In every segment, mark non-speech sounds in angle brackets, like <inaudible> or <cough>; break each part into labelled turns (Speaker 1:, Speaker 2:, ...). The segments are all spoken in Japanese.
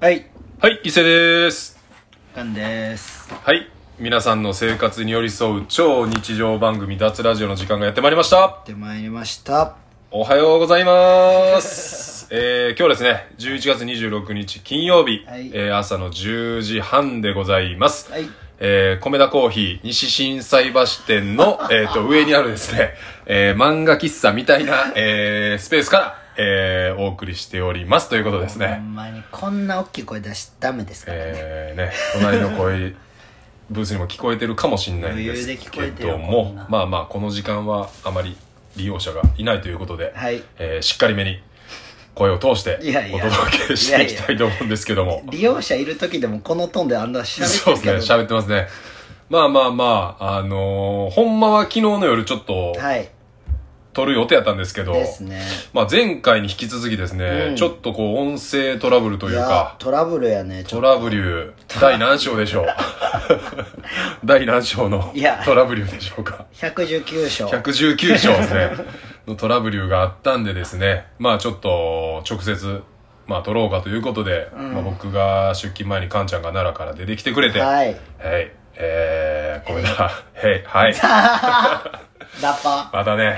Speaker 1: はい、
Speaker 2: はい、伊勢です。
Speaker 1: ガンです。
Speaker 2: はい、皆さんの生活に寄り添う超日常番組脱ラジオの時間がやってまいりました。
Speaker 1: 出てまいりました。
Speaker 2: おはようござ
Speaker 1: <laughs>
Speaker 2: います。えー、今日ですね、11月26日金曜日、
Speaker 1: はい
Speaker 2: えー朝の10時半でございます。
Speaker 1: はい。
Speaker 2: えー、米田コーヒー西新斎橋店
Speaker 1: <laughs>
Speaker 2: の、えー、と上にあるですね、えー、漫画喫茶みたいな、えー、スペースから、えー、お送りしておりますということです
Speaker 1: ほ
Speaker 2: ね。
Speaker 1: んまにこんな大きい声出しちゃダメですからね。
Speaker 2: えー、ね、隣の声、ブースにも聞こえてるかもしれないんですけ
Speaker 1: 余裕で聞こえてる
Speaker 2: ど
Speaker 1: よこ
Speaker 2: も
Speaker 1: んな、
Speaker 2: まあまあ、この時間はあまり利用者がいないということで、
Speaker 1: はい
Speaker 2: えーしっかりめに声を通して
Speaker 1: いやいや
Speaker 2: お届けしていきたいと思うんですけども、
Speaker 1: 利用者いる時でもこのトーンであんな
Speaker 2: そ
Speaker 1: 喋
Speaker 2: うで
Speaker 1: っ
Speaker 2: す
Speaker 1: て
Speaker 2: ね、
Speaker 1: るけど。
Speaker 2: 喋ってますね。まあまあまあ、あのーほんまは昨日の夜ちょっと
Speaker 1: はい。
Speaker 2: 撮る予定やったんですけど、
Speaker 1: ですね。
Speaker 2: まあ前回に引き続きですね、
Speaker 1: うん
Speaker 2: ちょっとこう音声トラブルと
Speaker 1: い
Speaker 2: いう
Speaker 1: や
Speaker 2: か、、
Speaker 1: トラブルやね。ちょ
Speaker 2: トラブリュー、第何章でしょ
Speaker 1: <laughs>
Speaker 2: う第何章の
Speaker 1: いや
Speaker 2: トラブリューでしょうか
Speaker 1: 119章。
Speaker 2: 119章ですね。のトラブリューがあったんでですね、まあちょっと直接、まあ撮ろうかということで、まあ僕が出勤前にカンちゃんが奈良から出てきてくれて、
Speaker 1: はい。
Speaker 2: はい、えー、ごめんな、 <laughs> はい、はい、
Speaker 1: ラッパ
Speaker 2: またね、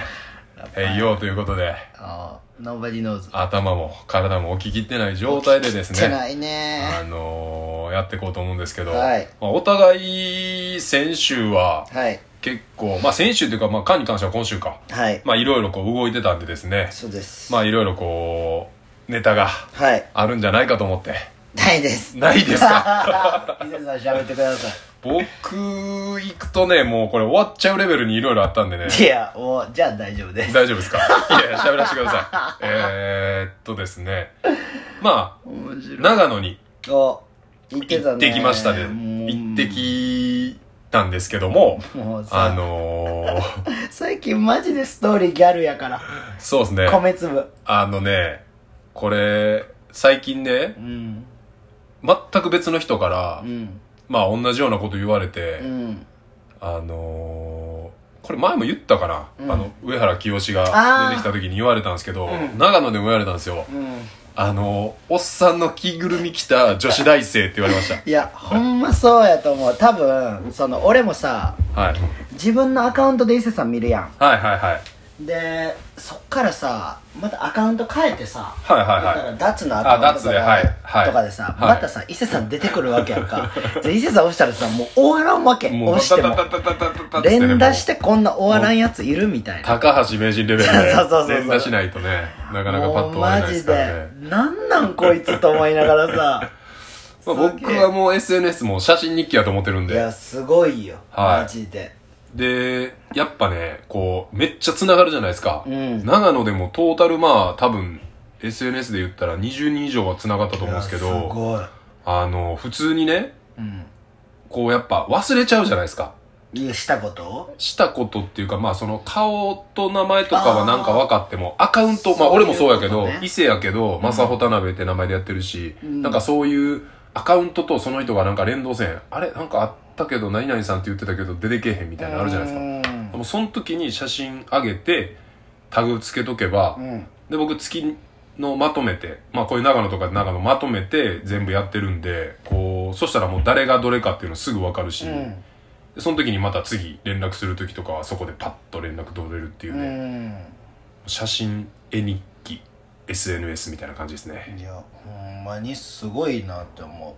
Speaker 2: えいようということで、
Speaker 1: ー。あー Nobody knows.
Speaker 2: 頭も体も起ききってない状態でです
Speaker 1: 来て
Speaker 2: ね、
Speaker 1: ないね
Speaker 2: あのー、やっていこうと思うんですけど、
Speaker 1: はい
Speaker 2: まあ、お互い先週は
Speaker 1: はい。
Speaker 2: 結構、まあ先週というか、まあ缶に関しては今週か、
Speaker 1: はい。
Speaker 2: まあいろいろこう動いてたんでですね、
Speaker 1: そうです。
Speaker 2: まあいろいろこう、ネタが
Speaker 1: はい。
Speaker 2: あるんじゃないかと思って、
Speaker 1: ないです。
Speaker 2: ないですか
Speaker 1: <laughs> 伊勢さん喋ってくださ
Speaker 2: 僕行くとね、もうこれ終わっちゃうレベルにいろいろあった
Speaker 1: <laughs>
Speaker 2: んでね。
Speaker 1: い。いや、もう、じゃあ大丈夫です。
Speaker 2: 大丈夫ですかいやいや、喋らせてください。えー、っとですね。まあ、
Speaker 1: 面白い。
Speaker 2: 長野に
Speaker 1: お、行ってたね。
Speaker 2: 行ってきましたね。
Speaker 1: もう
Speaker 2: 行ってきたんですけども、
Speaker 1: もうさ、
Speaker 2: あのー、
Speaker 1: 最近マジでストーリーギャルやから。
Speaker 2: そうですね。
Speaker 1: 米粒。
Speaker 2: あのね、これ、最近ね
Speaker 1: う、ん。
Speaker 2: 全く別の人から
Speaker 1: う、ん。
Speaker 2: まあ同じようなこと言われて
Speaker 1: う、ん。
Speaker 2: あのー、これ前も言ったかな、
Speaker 1: うん
Speaker 2: あの、上原清が出てきた時に言われたんですけど、
Speaker 1: うん
Speaker 2: 長野でも言われたんですよ。
Speaker 1: うん。
Speaker 2: あの、おっさんの着ぐるみ着た女子大生って言われまし
Speaker 1: いや、ほんまそうやと思う。多分、その、俺もさ、
Speaker 2: た。はい。
Speaker 1: 自分のアカウントで伊勢さん見るや
Speaker 2: はいはいはい。
Speaker 1: ん。で、そっからさ、またアカウント変えてさ、
Speaker 2: はいは
Speaker 1: だ
Speaker 2: い
Speaker 1: か
Speaker 2: は
Speaker 1: ら
Speaker 2: い。
Speaker 1: ダツのアカウントと
Speaker 2: あダツで
Speaker 1: か,、
Speaker 2: はいはい
Speaker 1: とかでさ、
Speaker 2: はい
Speaker 1: またさ、伊勢さん出てくるわけやん
Speaker 2: <laughs>
Speaker 1: か。じゃあ伊勢さん押したらさ、もう終わらんわけ。
Speaker 2: もう、
Speaker 1: 押しても。
Speaker 2: タタタタタタタってね
Speaker 1: 連打し。
Speaker 2: もう
Speaker 1: てこんな終わらんやついるみたいな。
Speaker 2: 高橋名人レベル
Speaker 1: <laughs>
Speaker 2: で
Speaker 1: そうそうそうそう
Speaker 2: 連打しないとね、なかなかパッ
Speaker 1: も
Speaker 2: と
Speaker 1: う
Speaker 2: 終わ
Speaker 1: マ
Speaker 2: れないで
Speaker 1: ジ
Speaker 2: すから
Speaker 1: で
Speaker 2: ね。、
Speaker 1: なんなんこいつと思いながらさ。
Speaker 2: <laughs> まあ、
Speaker 1: す
Speaker 2: 僕
Speaker 1: げえ
Speaker 2: はもう SNS も写真日記やと思ってるん
Speaker 1: い
Speaker 2: で
Speaker 1: や、。すごいよ。
Speaker 2: はい
Speaker 1: マジで。
Speaker 2: で、やっぱね、こう、めっちゃ繋がるじゃないですか。
Speaker 1: うん
Speaker 2: 長野でもトータルまあ、多分、SNS で言ったら20人以上は繋がったと思うんですけ
Speaker 1: いやす
Speaker 2: ど、
Speaker 1: ごい。
Speaker 2: あの、普通にね、
Speaker 1: うん。
Speaker 2: こうやっぱ忘れちゃうじゃないですか。
Speaker 1: 言うしたこと
Speaker 2: したことっていうか、まあその顔と名前とかはなんか分かっても、アカウント、まあ俺もそうやけ
Speaker 1: そういうこ
Speaker 2: ど
Speaker 1: と、ね
Speaker 2: 伊勢やけど、マサホタナベって名前でやってるし、
Speaker 1: うん
Speaker 2: なんかそういうアカウントとその人がなんか連動せん、あれなんかあったけど、何々さんって言ってたけど出てけへんみたいなのあるじゃないですか。
Speaker 1: です
Speaker 2: でもその時に写真上げて、タグつけとけば
Speaker 1: う、ん。
Speaker 2: で僕月のまとめて、まあこういう長野とかで長野まとめて全部やってるんで、こう、そしたらもう誰がどれかっていうのすぐ分かるし、
Speaker 1: うん。
Speaker 2: でその時にまた次連絡する時とかはそこでパッと連絡取れるっていう
Speaker 1: う
Speaker 2: ね、
Speaker 1: ん。
Speaker 2: 写真絵日記 SNS みたいな感じですね
Speaker 1: いや、ほんまにすごいなって思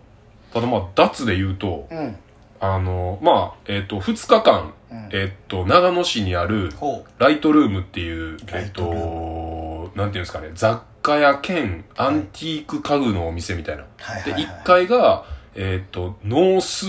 Speaker 2: ただまあ脱で言うと
Speaker 1: う。うん。
Speaker 2: あのまあえっ、と2日間、
Speaker 1: うん
Speaker 2: えっ、と長野市にある
Speaker 1: ほう。
Speaker 2: ライトルームっていう
Speaker 1: ラ
Speaker 2: え
Speaker 1: イ
Speaker 2: っ、
Speaker 1: トルー
Speaker 2: となんていうんですかね雑貨屋兼アンティーク家具のお店みたいな、
Speaker 1: はいはい
Speaker 2: で
Speaker 1: はい。
Speaker 2: 1。階がえっ、とノース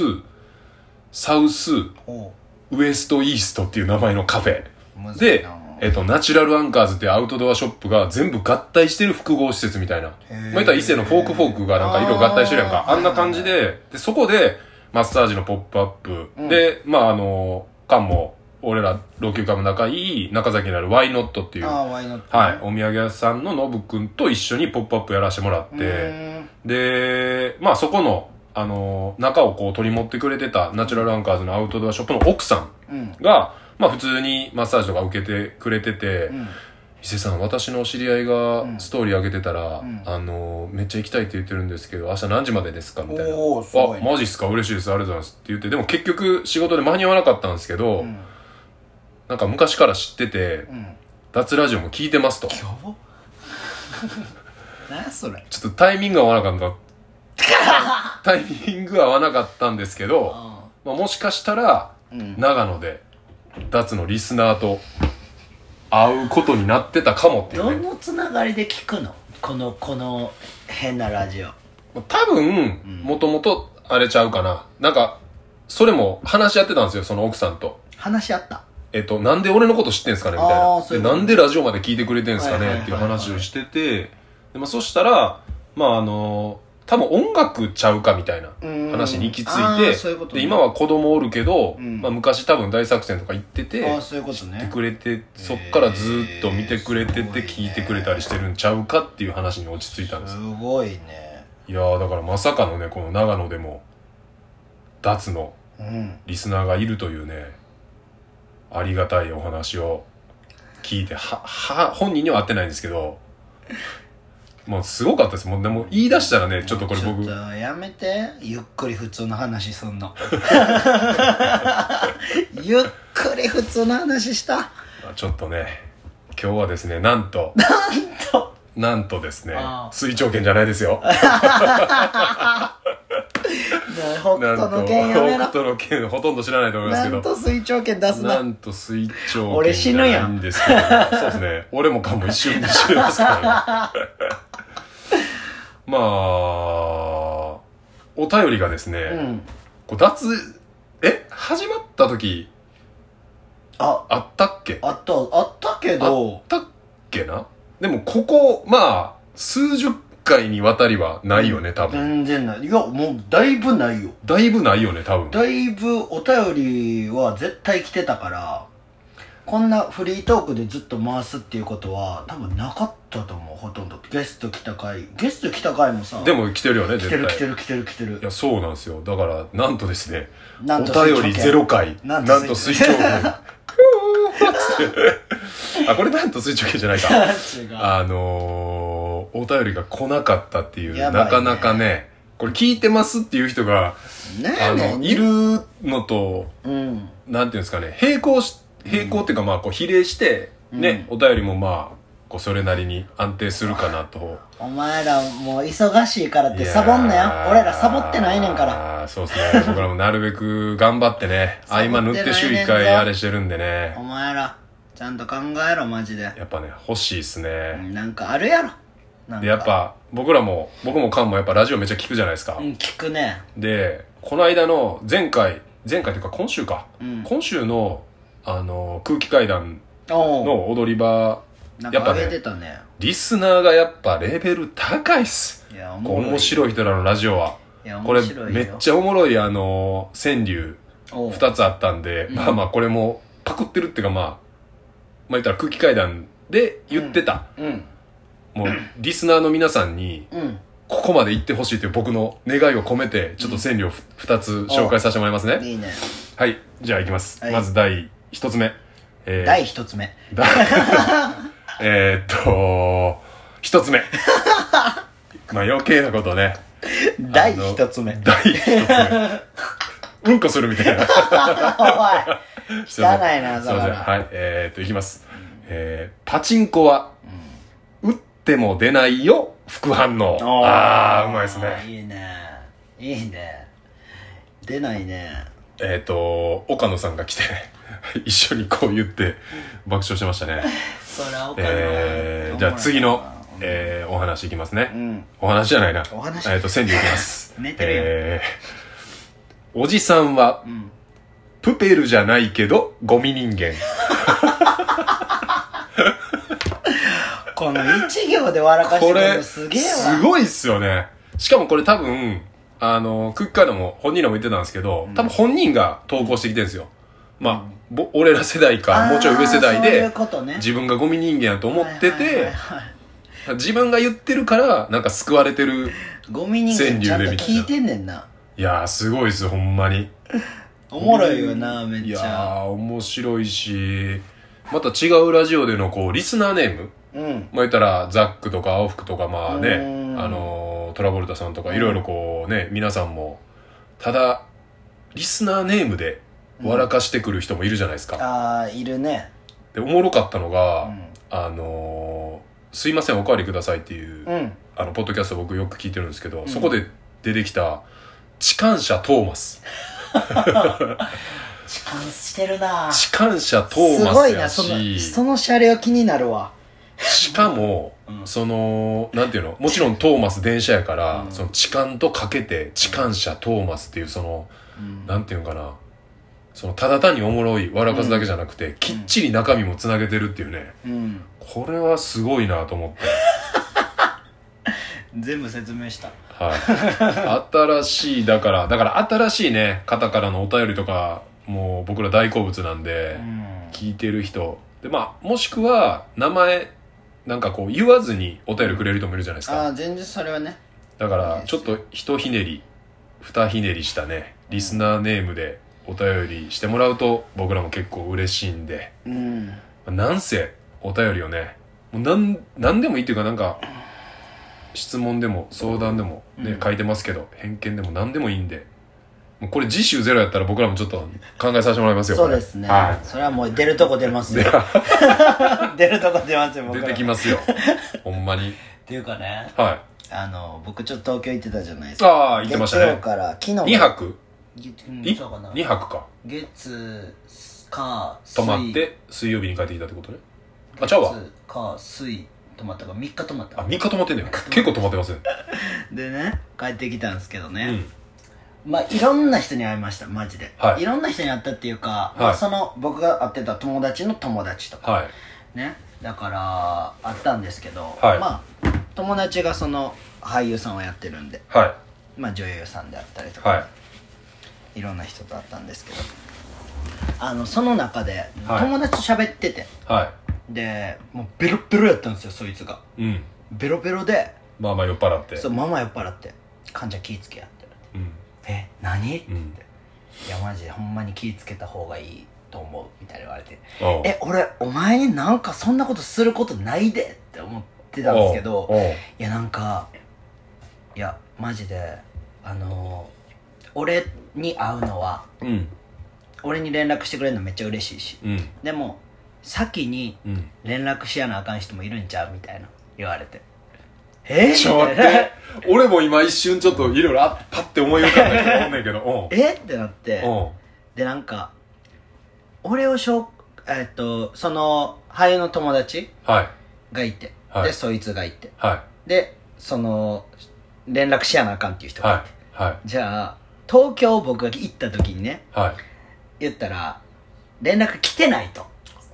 Speaker 2: サウス
Speaker 1: ほ
Speaker 2: ウエストイーストっていう名前のカフェ
Speaker 1: う。むずい
Speaker 2: で
Speaker 1: な、
Speaker 2: えっと、ナチュラルアンカーズっていうアウトドアショップが全部合体してる複合施設みたいな。
Speaker 1: へー
Speaker 2: まあ、言ったら伊勢のフォークフォークがなんか色合体してるやんか。
Speaker 1: あー
Speaker 2: あんな感じで、で、そこで、マッサージのポップアップ。
Speaker 1: うん
Speaker 2: で、まあ、あの、館も、俺ら、老朽館も仲いい、中崎にあるワイノットっていう、
Speaker 1: あ
Speaker 2: はい、
Speaker 1: あ、ワイナット。
Speaker 2: お土産屋さんのノブくんと一緒にポップアップやらせてもらっ
Speaker 1: う
Speaker 2: て、
Speaker 1: ーん。
Speaker 2: で、まあ、そこの、あの、中をこう取り持ってくれてた、ナチュラルアンカーズのアウトドアショップの奥さん
Speaker 1: うん。
Speaker 2: が、まあ普通にマッサージとか受けてくれてて、
Speaker 1: うん。
Speaker 2: 伊勢さん私の知り合いが
Speaker 1: ん
Speaker 2: ストーリー上げてたら、
Speaker 1: ん
Speaker 2: あのめっちゃ行きたいって言ってるんですけど明日何時までですかみたいな
Speaker 1: おーすごい
Speaker 2: あマジっすか嬉しいですありがとうございますって言ってでも結局仕事で間に合わなかったんですけど、
Speaker 1: うん
Speaker 2: なんか昔から知ってて
Speaker 1: うん
Speaker 2: 脱ラジオも聞いてますとちょ
Speaker 1: やば <laughs> 何やそれ
Speaker 2: っとタイミング合わな
Speaker 1: <laughs>
Speaker 2: かったタイミング合わなかったんですけど、まあ、もしかしたら
Speaker 1: うん
Speaker 2: 長野で脱のリスナーと会うことになってたかもってい
Speaker 1: ど
Speaker 2: うね
Speaker 1: のつながりで聞くのこのこの変なラジオ
Speaker 2: 多分
Speaker 1: ん
Speaker 2: もともとあれちゃうかななんかそれも話し合ってたんですよその奥さんと
Speaker 1: 話し合った
Speaker 2: えっと、なんで俺のこと知ってんすかねみたい
Speaker 1: あ
Speaker 2: な
Speaker 1: ー。そう
Speaker 2: で
Speaker 1: いうこと
Speaker 2: なんでラジオまで聞いてくれてんすか
Speaker 1: はいはいはい
Speaker 2: ね
Speaker 1: はい
Speaker 2: っていう話をしてて、でまあ、そしたら、まああの、多分音楽ちゃうかみたいな
Speaker 1: うん
Speaker 2: 話に行き着
Speaker 1: あーそういう
Speaker 2: い
Speaker 1: こと
Speaker 2: て、
Speaker 1: ね
Speaker 2: で今は子供おるけど、
Speaker 1: うん
Speaker 2: まあ、昔多分大作戦とか行ってて、
Speaker 1: ああそういうことね
Speaker 2: 見てくれて、そっからずーっと見てくれて
Speaker 1: えーすご
Speaker 2: て
Speaker 1: いね
Speaker 2: 聞いてくれたりしてるんちゃうかっていう話に落ち着いたんですす。
Speaker 1: ごいね
Speaker 2: いやーだからまさかのね、この長野でも、脱の
Speaker 1: うん
Speaker 2: リスナーがいるというねありがたいお話を聞いてはは本人には会ってないんですけどもうすごかったですもうでも言い出したらねちょっとこれ僕
Speaker 1: ちょっとやめてゆっくり普通の話すん
Speaker 2: <laughs>
Speaker 1: のゆっくり普通の話した
Speaker 2: ちょっとね今日はですねなんと
Speaker 1: と
Speaker 2: なんとですね
Speaker 1: あー
Speaker 2: 水長券じゃないで
Speaker 1: <laughs>
Speaker 2: すよ
Speaker 1: 北
Speaker 2: なんと
Speaker 1: 斗の件やめろ
Speaker 2: 北斗の件ほとんど知らないと思います
Speaker 1: な
Speaker 2: けど
Speaker 1: んと水長券出す
Speaker 2: な
Speaker 1: なん
Speaker 2: と水長
Speaker 1: 俺死ぬやん
Speaker 2: んですけど、そうです
Speaker 1: <laughs>
Speaker 2: ね。俺もかも一瞬で死ぬますからね。 <laughs> まあ、お便りがですね、
Speaker 1: うん
Speaker 2: こう脱、え始まった時、
Speaker 1: あ
Speaker 2: あったっけあっ
Speaker 1: あったあったけど
Speaker 2: たっけなでもここ、まあ、数十回にわたりはないよね、多分。
Speaker 1: 全然ないいやもうだいぶないよ
Speaker 2: だいぶないよね、多分。
Speaker 1: だいぶお便りは絶対来てたからこんなフリートークでずっと回すっていうことは多分なかったと思うほとんどゲスト来た回ゲスト来た回もさ
Speaker 2: でも来てるよね、
Speaker 1: 来
Speaker 2: 絶
Speaker 1: て
Speaker 2: 対。
Speaker 1: る来てる来てる来てる
Speaker 2: いや、そうなんですよ。だから、なんとですね、
Speaker 1: な
Speaker 2: お
Speaker 1: んと水
Speaker 2: 便りゼロ回。
Speaker 1: なん
Speaker 2: なんと
Speaker 1: と
Speaker 2: 水
Speaker 1: 水
Speaker 2: 長
Speaker 1: 長
Speaker 2: 券
Speaker 1: 券。
Speaker 2: ふーつ <laughs> ってあ、これなんと水長券じゃないか。
Speaker 1: <laughs> 違
Speaker 2: あのー、お便りが来なかったっていう、
Speaker 1: やばいね
Speaker 2: なかなかね、これ聞いてますっていう人が、
Speaker 1: うね
Speaker 2: あ
Speaker 1: えね
Speaker 2: の、
Speaker 1: え
Speaker 2: いるのと、
Speaker 1: うん
Speaker 2: なんていうんですかね、並行し、並行っていうかまあ、こう比例して、ね、お便りもまあ、こうそれなりに安定するかなと。
Speaker 1: お前らもう忙しいからって
Speaker 2: いやー
Speaker 1: サボんなよ俺らサボってないねんから。
Speaker 2: あーそうですね。僕らもなるべく頑張っ
Speaker 1: <laughs>
Speaker 2: てね、合間縫って週1回あれしてるんでね
Speaker 1: お。前らちゃんと考えろマジで
Speaker 2: やっぱね、欲しいっすね。
Speaker 1: なんかあるやろなん
Speaker 2: で、
Speaker 1: か
Speaker 2: やっぱ、僕らも、僕もカンもやっぱラジオめっちゃ聞くじゃないですか。
Speaker 1: うん聞くね
Speaker 2: で、この間の、前回、前回というか今週か。
Speaker 1: うん
Speaker 2: 今週の、あの、空気階段
Speaker 1: おお
Speaker 2: の踊り場、
Speaker 1: なん
Speaker 2: やっぱ
Speaker 1: か
Speaker 2: ね
Speaker 1: 上げてたね
Speaker 2: リスナーがやっぱレベル高いっす。
Speaker 1: いや、
Speaker 2: こう面
Speaker 1: い。
Speaker 2: 白い人らのラジオは。
Speaker 1: いや、
Speaker 2: これ
Speaker 1: 面白、い
Speaker 2: めっちゃおもろい、あの、川柳、
Speaker 1: ゃ、おう
Speaker 2: 二つあったんで、
Speaker 1: うん
Speaker 2: まあまあ、これも、パクってるっていうかまあ、まあ言ったら空気階段で言ってた。
Speaker 1: うん。
Speaker 2: もう、リスナーの皆さんに、
Speaker 1: うん。
Speaker 2: ここまで行ってほしいという僕の願いを込めて、ちょっと川柳をふ二つ紹介させてもらいますね。
Speaker 1: いいね。
Speaker 2: はい。じゃあ行きます。
Speaker 1: はい
Speaker 2: まず第一つ目。えー、
Speaker 1: 第一つ目。
Speaker 2: だ <laughs> えーっと、
Speaker 1: <laughs>
Speaker 2: 一つ目。まあ余計なことね。
Speaker 1: 第一つ
Speaker 2: <laughs>
Speaker 1: 目。おい、
Speaker 2: 第一つ
Speaker 1: <laughs>
Speaker 2: 目。うんこするみたいな。
Speaker 1: 汚いな、
Speaker 2: す
Speaker 1: だ
Speaker 2: い
Speaker 1: か
Speaker 2: ません。
Speaker 1: ら。
Speaker 2: はい。えーっと、行きます。えー、パチンコは、打っても出ないよ、副反応。
Speaker 1: おー
Speaker 2: あー、うまいですね。。
Speaker 1: いいね。いいね。出ないね。
Speaker 2: えっ、と、岡野さんが来て、 <laughs> 一緒にこう言って爆笑してましたね。
Speaker 1: それはおか
Speaker 2: えー、じゃあ次の、えー、お話いきます
Speaker 1: う
Speaker 2: ね。
Speaker 1: ん。
Speaker 2: お話じゃないな。
Speaker 1: お話
Speaker 2: えっ、と、川柳いきます。
Speaker 1: <laughs> 寝てるやん
Speaker 2: えー、おじさんは
Speaker 1: う、ん。
Speaker 2: プペルじゃないけど、ゴミ人間。
Speaker 1: この一行で笑かして
Speaker 2: こ
Speaker 1: くれる
Speaker 2: れ、
Speaker 1: の
Speaker 2: す
Speaker 1: すげえわ。
Speaker 2: ごいっすよね。しかもこれ多分、あの、クッカーでも本人らも言ってたんですけど、多分本人が投稿してきてるんですよ。まあ、ぼ俺ら世代か、もうちょい上世代
Speaker 1: あーそういう
Speaker 2: で、
Speaker 1: ことね。
Speaker 2: 自分がゴミ人間やと思って
Speaker 1: はいはいは
Speaker 2: て
Speaker 1: い、はい
Speaker 2: 自分が言ってるから、なんか救われてる。
Speaker 1: ゴミ人間ちゃんと聞いてんねんな。
Speaker 2: いやー、すごいです、ほんまに。
Speaker 1: おもろいよな、めっ
Speaker 2: い
Speaker 1: ち
Speaker 2: や
Speaker 1: ゃ。
Speaker 2: ー、面白いし、また違うラジオでのこう、リスナーネーム
Speaker 1: うん
Speaker 2: まあ言ったら、ザックとか青服とかまあね
Speaker 1: う、ん
Speaker 2: あのー、トラボルタさんとかいろいろこうね、皆さんも、ただ、リスナーネームで笑かしてくる人もいるじゃないですか。
Speaker 1: ああいるね
Speaker 2: で、おもろかったのが、
Speaker 1: うん
Speaker 2: あのーすいません、おかわりくださいっていう、
Speaker 1: うん
Speaker 2: あの、ポッドキャスト僕よく聞いてるんですけど、
Speaker 1: ん
Speaker 2: そこで出てきた、痴漢者トーマス。
Speaker 1: 痴漢してるな
Speaker 2: 痴漢者トー
Speaker 1: す
Speaker 2: マ
Speaker 1: ご
Speaker 2: ス
Speaker 1: い
Speaker 2: や
Speaker 1: なその
Speaker 2: し、
Speaker 1: そのシャレは気になるわ
Speaker 2: しかも、
Speaker 1: うん
Speaker 2: その、なんていうの、もちろんトーマス電車やから、
Speaker 1: うん
Speaker 2: その痴漢とかけて、痴漢者トーマスっていう、その、
Speaker 1: うん
Speaker 2: なんていうのかな、その、ただ単におもろい、笑かすだけじゃなくて、きっちり中身もつなげてるっていうね、
Speaker 1: うん
Speaker 2: これはすごいなと思って。
Speaker 1: 全部説明した
Speaker 2: はい。新しい、だから、だから新しいね、方からのお便りとか、もう僕ら大好物なんで、
Speaker 1: うん
Speaker 2: 聞いてる人。で、まあ、もしくは、名前、なんかこう、言わずにお便りくれる人もいるじゃないです
Speaker 1: あ
Speaker 2: か。
Speaker 1: あ全然それはね
Speaker 2: だから、ちょっと、ひとひねり、ふたひねりしたね、リスナーネームでお便りしてもらうと、僕らも結構嬉しいんで、
Speaker 1: うん
Speaker 2: まあなんせ、お便りをね、もうなん、なんでもいいっていうか、なんか、質問でも相談でもね、
Speaker 1: うん
Speaker 2: 書いてますけど、偏見でも何でもいいんで、もうこれ次週ゼロやったら僕らもちょっと考えさせてもらいますよ、
Speaker 1: そう
Speaker 2: これ
Speaker 1: ですね、
Speaker 2: は
Speaker 1: それはもう出るとこ出ます <laughs> よ出るとこ出ますよ
Speaker 2: い。
Speaker 1: 僕
Speaker 2: 出
Speaker 1: ら
Speaker 2: てき
Speaker 1: っ
Speaker 2: ま
Speaker 1: <laughs>
Speaker 2: すよ。ほんまに。
Speaker 1: ていうかね
Speaker 2: は
Speaker 1: あの僕ちょっと東京行ってたじゃないです
Speaker 2: い。
Speaker 1: か
Speaker 2: ああ、言ってました
Speaker 1: 月曜
Speaker 2: ね。
Speaker 1: から昨日
Speaker 2: 2泊
Speaker 1: 月うん
Speaker 2: い
Speaker 1: そうかな
Speaker 2: ?2 泊か。
Speaker 1: 月か
Speaker 2: 泊
Speaker 1: 水
Speaker 2: まって、水曜日に帰ってきたってことね。あ、ちゃうわ。
Speaker 1: 月か水泊まったか3日泊まっ
Speaker 2: あ、
Speaker 1: た
Speaker 2: 3日泊まってんねよ。結構泊まってますね。
Speaker 1: でね帰ってきたんですけど
Speaker 2: う
Speaker 1: ね、
Speaker 2: ん。
Speaker 1: まあいろんな人に会いましたマジで、
Speaker 2: はい
Speaker 1: ろんな人に会ったっていうか、
Speaker 2: はい
Speaker 1: まあその僕が会ってた友達の友達とか
Speaker 2: はい。
Speaker 1: ねだから会ったんですけど、
Speaker 2: はい
Speaker 1: まあ友達がその俳優さんをやってるんで
Speaker 2: は
Speaker 1: まあ女優さんであったりと
Speaker 2: い。
Speaker 1: か、
Speaker 2: はい。
Speaker 1: い、ろんな人と会ったんですけどあのその中で
Speaker 2: はい
Speaker 1: 友達と喋ってて、
Speaker 2: は
Speaker 1: でもうベロッベロやったんですよそいつが
Speaker 2: い。うん。
Speaker 1: ベロベロで
Speaker 2: まあまあ酔っ払って。
Speaker 1: そうママ酔っ払って患者気ぃつけやって
Speaker 2: うん。
Speaker 1: え何、って
Speaker 2: う
Speaker 1: 言
Speaker 2: ん
Speaker 1: って「いやマジでほんまに気ぃつけた方がいいと思う」みたいに言われて
Speaker 2: お
Speaker 1: 「
Speaker 2: う
Speaker 1: え俺お前になんかそんなことすることないで」って思ってたんですけど
Speaker 2: おうおう
Speaker 1: いやなんかいやマジであの俺に会うのは
Speaker 2: うん
Speaker 1: 俺に連絡してくれるのめっちゃ嬉しいし
Speaker 2: うん
Speaker 1: でも先に
Speaker 2: うん
Speaker 1: 連絡しやなあかん人もいるんちゃうみたいな言われてえ
Speaker 2: ちょっと待って俺も今一瞬ちょっといろいろあったって思い浮かんだけど思んねんけどおう
Speaker 1: <laughs> えってなって
Speaker 2: おう
Speaker 1: でなんか俺をしょうえっとその俳優の友達
Speaker 2: はい
Speaker 1: がいて、
Speaker 2: はい
Speaker 1: でそいつがいて
Speaker 2: は
Speaker 1: でその連絡しやなあかんっていう
Speaker 2: い
Speaker 1: 人がいて、
Speaker 2: はいはい
Speaker 1: じゃあ東京僕が行った時にね
Speaker 2: はい
Speaker 1: 言ったら連絡来てないと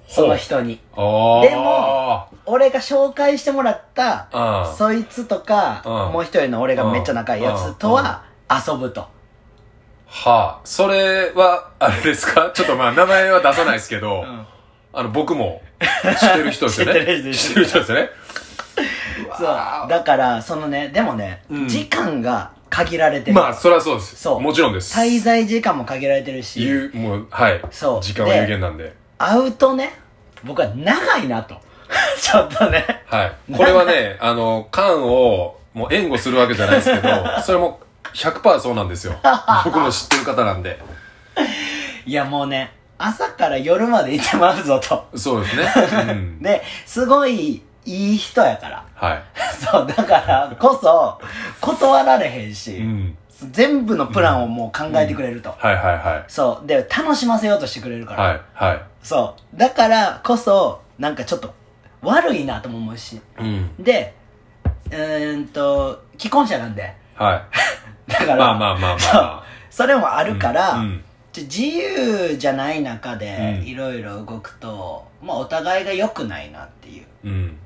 Speaker 1: その人に
Speaker 2: ああ
Speaker 1: でも俺が紹介してもらった
Speaker 2: あ
Speaker 1: そいつとか
Speaker 2: うん
Speaker 1: もう一人の俺がめっちゃ仲いいやつとは遊ぶと
Speaker 2: はあそれはあれですかちょっとまあ名前は出さないですけど、
Speaker 1: うん
Speaker 2: あの
Speaker 1: <laughs>
Speaker 2: 僕も知ってる人ですよ
Speaker 1: 知ってる人
Speaker 2: ね
Speaker 1: です
Speaker 2: 知ってる人ですよね
Speaker 1: そうだからそのねでもね
Speaker 2: うん
Speaker 1: 時間が限られてる
Speaker 2: まあそりゃそうです
Speaker 1: そう
Speaker 2: もちろんです
Speaker 1: 滞在時間も限られてるし
Speaker 2: 言うもうはい
Speaker 1: そう
Speaker 2: 時間は有限なんで
Speaker 1: 会うとね僕は長いなと <laughs> ちょっとね
Speaker 2: はい。これはね、あの、缶を、もう援護するわけじゃないですけ
Speaker 1: <laughs>
Speaker 2: ど、それも100%そうなんですよ。僕も知ってる方なんで。
Speaker 1: いやもうね朝から夜までいてまうぞと
Speaker 2: そ
Speaker 1: <laughs>
Speaker 2: うですね。うん。
Speaker 1: ですごいいい人やから <laughs>
Speaker 2: は
Speaker 1: そうだからこそ断られへんし、
Speaker 2: い。うん。
Speaker 1: 全部のプランをもう考えてくれると、
Speaker 2: はいはいはい。
Speaker 1: そうで楽しませようとしてくれるから、
Speaker 2: はいは
Speaker 1: そうだからこそなんかちょっと悪いなとも思うし
Speaker 2: い。うん。
Speaker 1: でうーんと既婚者なんで
Speaker 2: はい。
Speaker 1: だから、
Speaker 2: まあまあまあまあ。
Speaker 1: それもあるから、
Speaker 2: うん。
Speaker 1: ちょ自由じゃない中で
Speaker 2: うん
Speaker 1: いろいろ動くと、まあお互いが良くないなっていう、
Speaker 2: うん。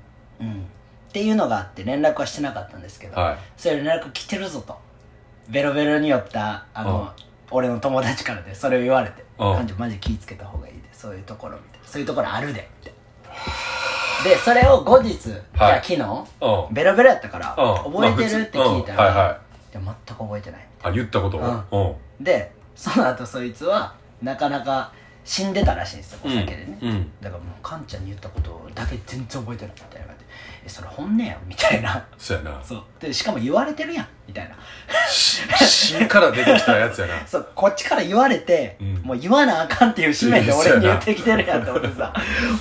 Speaker 1: うん、っていうのがあって連絡はしてなかったんですけど、
Speaker 2: はい。
Speaker 1: それ連絡来てるぞとベロベロに酔ったあの、
Speaker 2: うん
Speaker 1: 俺の友達からでそれを言われて「
Speaker 2: うん
Speaker 1: 感じマジ気ぃつけた方がいいでそういうところ」みたいな「そういうところあるで」みたいなでそれを後日、いや昨日
Speaker 2: うん。うん
Speaker 1: ベロベロやったから、
Speaker 2: まあ
Speaker 1: 覚えてるって聞いたら、
Speaker 2: うんはいはい
Speaker 1: や全く覚えてない
Speaker 2: い。あ、言ったこと
Speaker 1: うん
Speaker 2: を
Speaker 1: でその後そいつはなかなか死んでたらしいんですよお酒でね、
Speaker 2: うん
Speaker 1: だからもうカンちゃんに言ったことだけ全然覚えてないみたいな感じで「えそれ本音やん」みたいな
Speaker 2: <laughs> そうやな
Speaker 1: そうでしかも言われてるやんみたいな
Speaker 2: し芯から出てきたやつやな
Speaker 1: そうこっちから言われて、
Speaker 2: うん
Speaker 1: もう言わなあかんっていう使命で俺に言ってきてるやんって俺
Speaker 2: <laughs>
Speaker 1: さ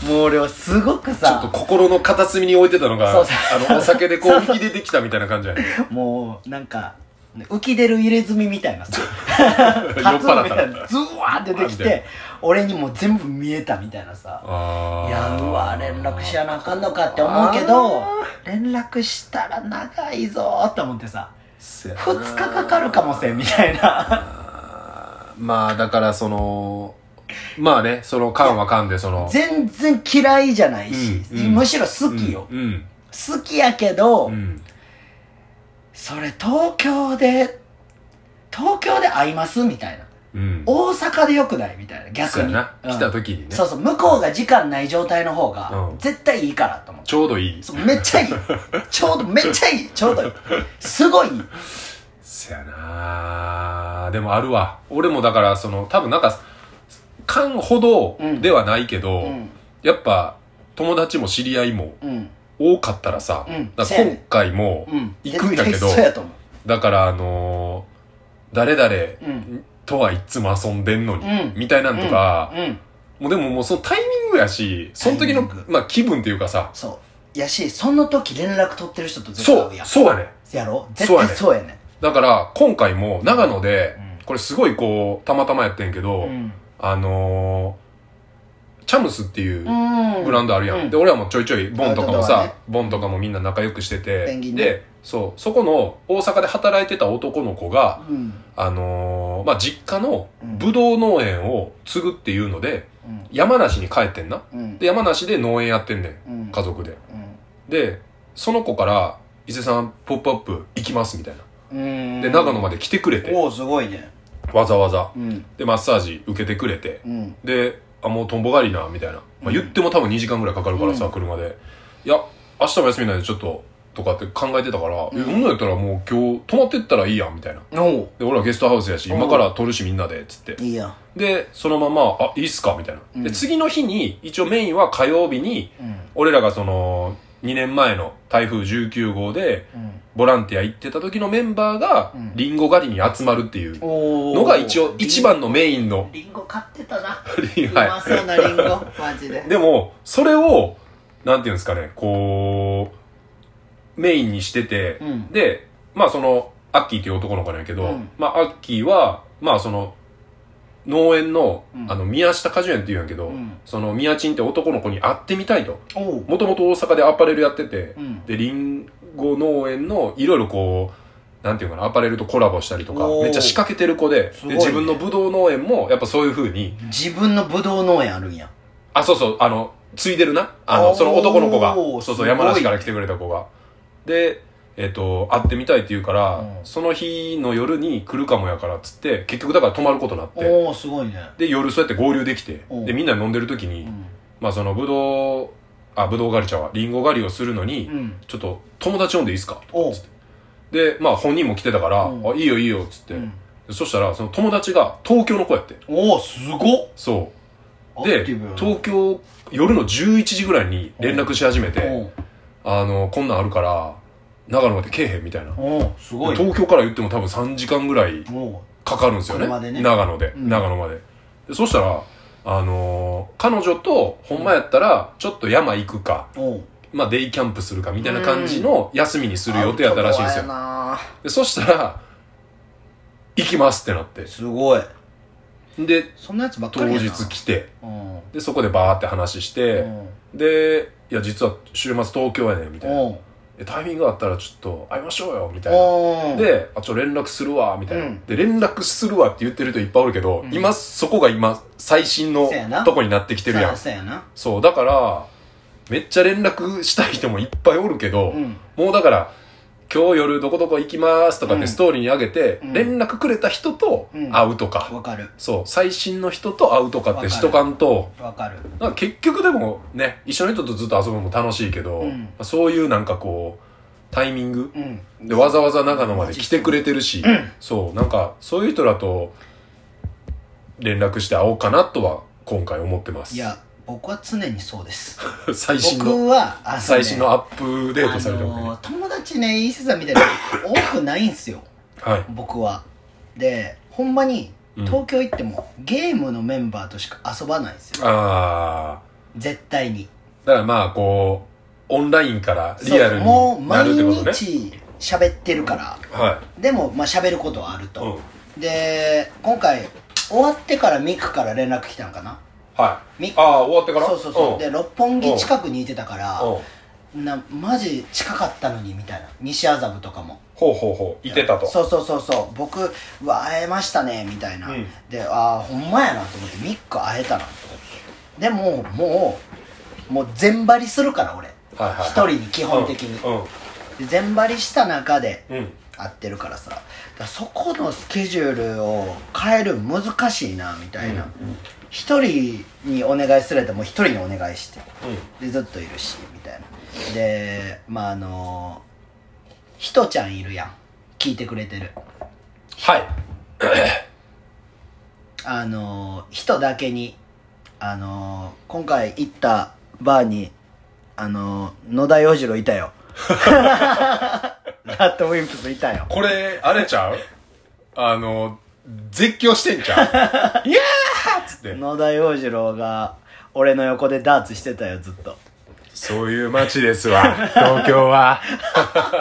Speaker 1: もう俺はすごく
Speaker 2: ちょっと
Speaker 1: <laughs> さ
Speaker 2: 心の片隅に置いてたのが
Speaker 1: そうそう
Speaker 2: あのお酒でこう
Speaker 1: そうそう
Speaker 2: 浮き出てきたみたいな感じ <laughs> やね
Speaker 1: もうなんか浮き出る入れ墨みたいなさ
Speaker 2: <laughs>
Speaker 1: <laughs>
Speaker 2: 酔っ払っ
Speaker 1: み
Speaker 2: た
Speaker 1: たい
Speaker 2: ら
Speaker 1: なズワーって出てきて俺にもう全部見えたみたいなさ
Speaker 2: あ
Speaker 1: い
Speaker 2: ー
Speaker 1: やうわ連絡しやなあかんのかって思うけど連絡したら長いぞーって思ってさ
Speaker 2: せやな
Speaker 1: 2日かかるかもせんみたいな
Speaker 2: まあだからそのまあねその缶は缶でその
Speaker 1: 全然嫌いじゃないし、
Speaker 2: うんうん
Speaker 1: むしろ好きよ、
Speaker 2: うん
Speaker 1: 好きやけど、
Speaker 2: うんうん
Speaker 1: それ東京で東京で会いますみたいな
Speaker 2: うん
Speaker 1: 大阪でよくないみたいな
Speaker 2: そ
Speaker 1: 逆
Speaker 2: うや
Speaker 1: に
Speaker 2: な
Speaker 1: うん
Speaker 2: 来た時にね
Speaker 1: そうそう向こうが時間ない状態の方が
Speaker 2: うん
Speaker 1: 絶対いいからと思って
Speaker 2: ちょうどいい
Speaker 1: そうめっちゃいいちょうどめっちゃいいちょうどい
Speaker 2: <laughs>
Speaker 1: いすごいいい
Speaker 2: せやなでもあるわ俺もだからその多分なんか缶ほどではないけど、
Speaker 1: うん
Speaker 2: やっぱ友達も知り合いも
Speaker 1: うん
Speaker 2: 多かったらさ、
Speaker 1: うん
Speaker 2: だか
Speaker 1: せ
Speaker 2: ら
Speaker 1: やね
Speaker 2: 今回も、
Speaker 1: うん
Speaker 2: 行くんやけど
Speaker 1: 絶対そうやと思
Speaker 2: だからあのー誰
Speaker 1: う
Speaker 2: 々
Speaker 1: うん
Speaker 2: とはいつも遊んでんのに、
Speaker 1: うん
Speaker 2: みたいなんとか、
Speaker 1: うん
Speaker 2: もうでももうそのタイミングやし、その時の
Speaker 1: タイミン、
Speaker 2: まあ気分っていうかさ、
Speaker 1: そうやしその時連絡取ってる人と絶対
Speaker 2: そ
Speaker 1: 会
Speaker 2: う
Speaker 1: う、やん
Speaker 2: そうやね。
Speaker 1: やろ絶対そうやね
Speaker 2: だから今回も長野で、
Speaker 1: うん
Speaker 2: これすごいこう、たまたまやってんけど、
Speaker 1: うん
Speaker 2: あのーチャムスっていうブラ
Speaker 1: ド
Speaker 2: ンドあるやん、
Speaker 1: うん
Speaker 2: で俺はもうちょいちょいボンとかも
Speaker 1: ア
Speaker 2: さ、
Speaker 1: ウトドアね
Speaker 2: ボンとかもみんな仲良くしてて
Speaker 1: ペンギンね
Speaker 2: でそうそこの大阪で働いてた男の子が
Speaker 1: うん
Speaker 2: あのーまあ実家の
Speaker 1: うん
Speaker 2: ブドウ農園を継ぐっていうので
Speaker 1: うん
Speaker 2: 山梨に帰ってんな
Speaker 1: うん
Speaker 2: で山梨で農園やってんねん
Speaker 1: うん
Speaker 2: 家族で
Speaker 1: うん
Speaker 2: でその子から「伊勢さんポップアップ行きます」みたいな
Speaker 1: うん
Speaker 2: で長野まで来てくれて
Speaker 1: おおすごいね
Speaker 2: わざわざ
Speaker 1: うん
Speaker 2: でマッサージ受けてくれて
Speaker 1: うん
Speaker 2: で、あ、もうとんぼ狩りな、みたいな。まあ、言っても多分2時間ぐらいかかるからさ、
Speaker 1: うん
Speaker 2: 車で。いや、明日も休みなんでちょっと、とかって考えてたから、
Speaker 1: うん
Speaker 2: え、女やったらもう今日泊まってったらいいやん、みたいな。
Speaker 1: おお
Speaker 2: で、俺はゲストハウスやし、
Speaker 1: うん
Speaker 2: 今から撮るしみんなで、つって。
Speaker 1: いいや
Speaker 2: で、そのまま、あ、いいっすか、みたいな。
Speaker 1: う
Speaker 2: で、
Speaker 1: ん
Speaker 2: 次の日に、一応メインは火曜日に、
Speaker 1: うん
Speaker 2: 俺らがその、2年前の台風19号で、
Speaker 1: うん
Speaker 2: ボランティア行ってた時のメンバーが
Speaker 1: うん、
Speaker 2: リンゴ狩りに集まるっていう
Speaker 1: お
Speaker 2: のが一応一番のメインの、
Speaker 1: リンゴ買ってたな
Speaker 2: リ
Speaker 1: う
Speaker 2: ンはい
Speaker 1: まそうなリンゴマジで
Speaker 2: でも、それを、なんていうんですかね、こう、メインにしてて、
Speaker 1: うん
Speaker 2: で、まあその、アッキーっていう男の子なんやけど、
Speaker 1: うん
Speaker 2: まあアッキーは、まあその、農園の、
Speaker 1: うん
Speaker 2: あの、宮下果樹園っていうんやけど、
Speaker 1: うん
Speaker 2: その、宮賃って男の子に会ってみたいと。
Speaker 1: おお
Speaker 2: もともと大阪でアパレルやってて、
Speaker 1: うん
Speaker 2: で、リンゴ農園の、いろいろこう、なんていうかな、アパレルとコラボしたりとか
Speaker 1: お、ー
Speaker 2: めっちゃ仕掛けてる子で、
Speaker 1: すごい
Speaker 2: で
Speaker 1: ね
Speaker 2: 自分のブドウ農園も、やっぱそういう風に、
Speaker 1: 自分のブドウ農園あるんや
Speaker 2: あ、そうそう、あの、ついでるな。あ
Speaker 1: お
Speaker 2: の、
Speaker 1: ー
Speaker 2: その男の子が、
Speaker 1: すごい
Speaker 2: そうそう、山梨から来てくれた子が。で、えっ、と、会ってみたいって言うから、
Speaker 1: うん
Speaker 2: その日の夜に来るかもやからっつって、結局だから泊まることになって、
Speaker 1: おおすごいね
Speaker 2: で、夜そうやって合流できて、
Speaker 1: うん
Speaker 2: で、みんな飲んでる時に、
Speaker 1: うん
Speaker 2: まあその、ぶどう、あ、ぶどう狩りちゃうわ、りんご狩りをするのに、
Speaker 1: うん
Speaker 2: ちょっと友達呼んでいいですか
Speaker 1: おう
Speaker 2: つって。で、まあ本人も来てたから、
Speaker 1: うん
Speaker 2: あ、いいよいいよ、つって。
Speaker 1: うん
Speaker 2: そしたら、その友達が東京の子やって。
Speaker 1: おおすごっ
Speaker 2: そう。
Speaker 1: ア
Speaker 2: で
Speaker 1: クティブやな
Speaker 2: 東京夜の11時ぐらいに連絡し始めて「あのこんなんあるから長野まで来えへん」みたいな
Speaker 1: おおおすごい
Speaker 2: 東京から言っても多分3時間ぐらい
Speaker 1: おお
Speaker 2: かかるんですよね
Speaker 1: 車でね
Speaker 2: 長野で、
Speaker 1: うん
Speaker 2: 長野まででそしたらあのー彼女とほんまやったらちょっと山行くか、
Speaker 1: おお
Speaker 2: まあ、デイキャンプするかみたいな感じの休みにす
Speaker 1: す
Speaker 2: る予定やったらしいんですよでそしたら「行きます」ってなって
Speaker 1: すごい
Speaker 2: で
Speaker 1: そんなやつばっ
Speaker 2: 当
Speaker 1: かりやな
Speaker 2: 日来て
Speaker 1: うんうん
Speaker 2: でそこでバーって話して、で、いや、実は週末東京やねん、みたいな。
Speaker 1: おう
Speaker 2: えタイミングあったらちょっと会いましょうよ、みたいな。
Speaker 1: おう
Speaker 2: で、あ、ちょ、連絡するわ、みたいな。
Speaker 1: うん
Speaker 2: で、連絡するわって言ってる人いっぱいおるけど、
Speaker 1: うん
Speaker 2: 今、そこが今、最新の
Speaker 1: せやな
Speaker 2: とこになってきてるやん。
Speaker 1: そうやな
Speaker 2: そう、だから、めっちゃ連絡したい人もいっぱいおるけど、
Speaker 1: うん
Speaker 2: もうだから、今日夜どこどこ行きますとかっ
Speaker 1: う
Speaker 2: て
Speaker 1: ん
Speaker 2: ストーリーに上げて、
Speaker 1: うん
Speaker 2: 連絡くれた人と
Speaker 1: うん
Speaker 2: 会うとか、
Speaker 1: わかる
Speaker 2: そう、最新の人と会うとかってしとかんと、
Speaker 1: わかる
Speaker 2: なんか結局でもね一緒の人とずっと遊ぶのも楽しいけど、
Speaker 1: うん
Speaker 2: そういうなんかこうタイミング
Speaker 1: うん
Speaker 2: でわざわざ長野まで来てくれてるし、そうなんかそういう人らと連絡して会おうかなとは今回思ってます。
Speaker 1: いや、僕は常にそうです。
Speaker 2: <laughs> 最新の、
Speaker 1: 僕は、あのね
Speaker 2: 最新のアップデートされたわ
Speaker 1: あ
Speaker 2: けね
Speaker 1: の。友達ね、いいせさんみたいな、多くないんすよ、
Speaker 2: はい。
Speaker 1: 僕は。で、ほんまに、
Speaker 2: うん
Speaker 1: 東京行っても、ゲームのメンバーとしか遊ばないんですよ。
Speaker 2: あ
Speaker 1: 絶対に。
Speaker 2: ー。だからまあ、こう、オンラインからリア
Speaker 1: そ
Speaker 2: ル
Speaker 1: うもう
Speaker 2: にな
Speaker 1: 毎
Speaker 2: るってことね。
Speaker 1: 日喋ってるから。
Speaker 2: は
Speaker 1: でも、まあ喋ることはある
Speaker 2: い。うん
Speaker 1: と。。で、今回、終わってからミクから連絡来たんかな
Speaker 2: はい。
Speaker 1: み
Speaker 2: ああ、終わってから
Speaker 1: そうそうそう。
Speaker 2: ん
Speaker 1: で、六本木近くにいてたから、
Speaker 2: うん
Speaker 1: なマジ近かったのにみたいな西麻布とかも
Speaker 2: ほうほうほう。いてたと。
Speaker 1: そうそうそうそう僕うわ会えましたねみたいな、
Speaker 2: うん
Speaker 1: でああほんまやなと思って3日会えたなと思ってでももうもう全張りするから俺
Speaker 2: はいはい。
Speaker 1: 一人に基本的に
Speaker 2: う
Speaker 1: で全張りした中で
Speaker 2: ん。うん。うん。
Speaker 1: 会ってるからさだからそこのスケジュールを変える難しいなみたいな一、人にお願いするやったらもう一人にお願いしてでずっといるしみたいなでまああのひとちゃんいるやん聞いてくれてる
Speaker 2: はい。
Speaker 1: あの人だけにあの今回行ったバーにあの野田洋次郎いた
Speaker 2: <laughs>
Speaker 1: よラッドウィンプスいたよ
Speaker 2: これ、あれちゃうあの、絶叫してんち
Speaker 1: <laughs>
Speaker 2: ゃういやーっつって。
Speaker 1: 野田洋次郎が俺の横でダーツしてたよずっと
Speaker 2: そういう街ですわ、東京は。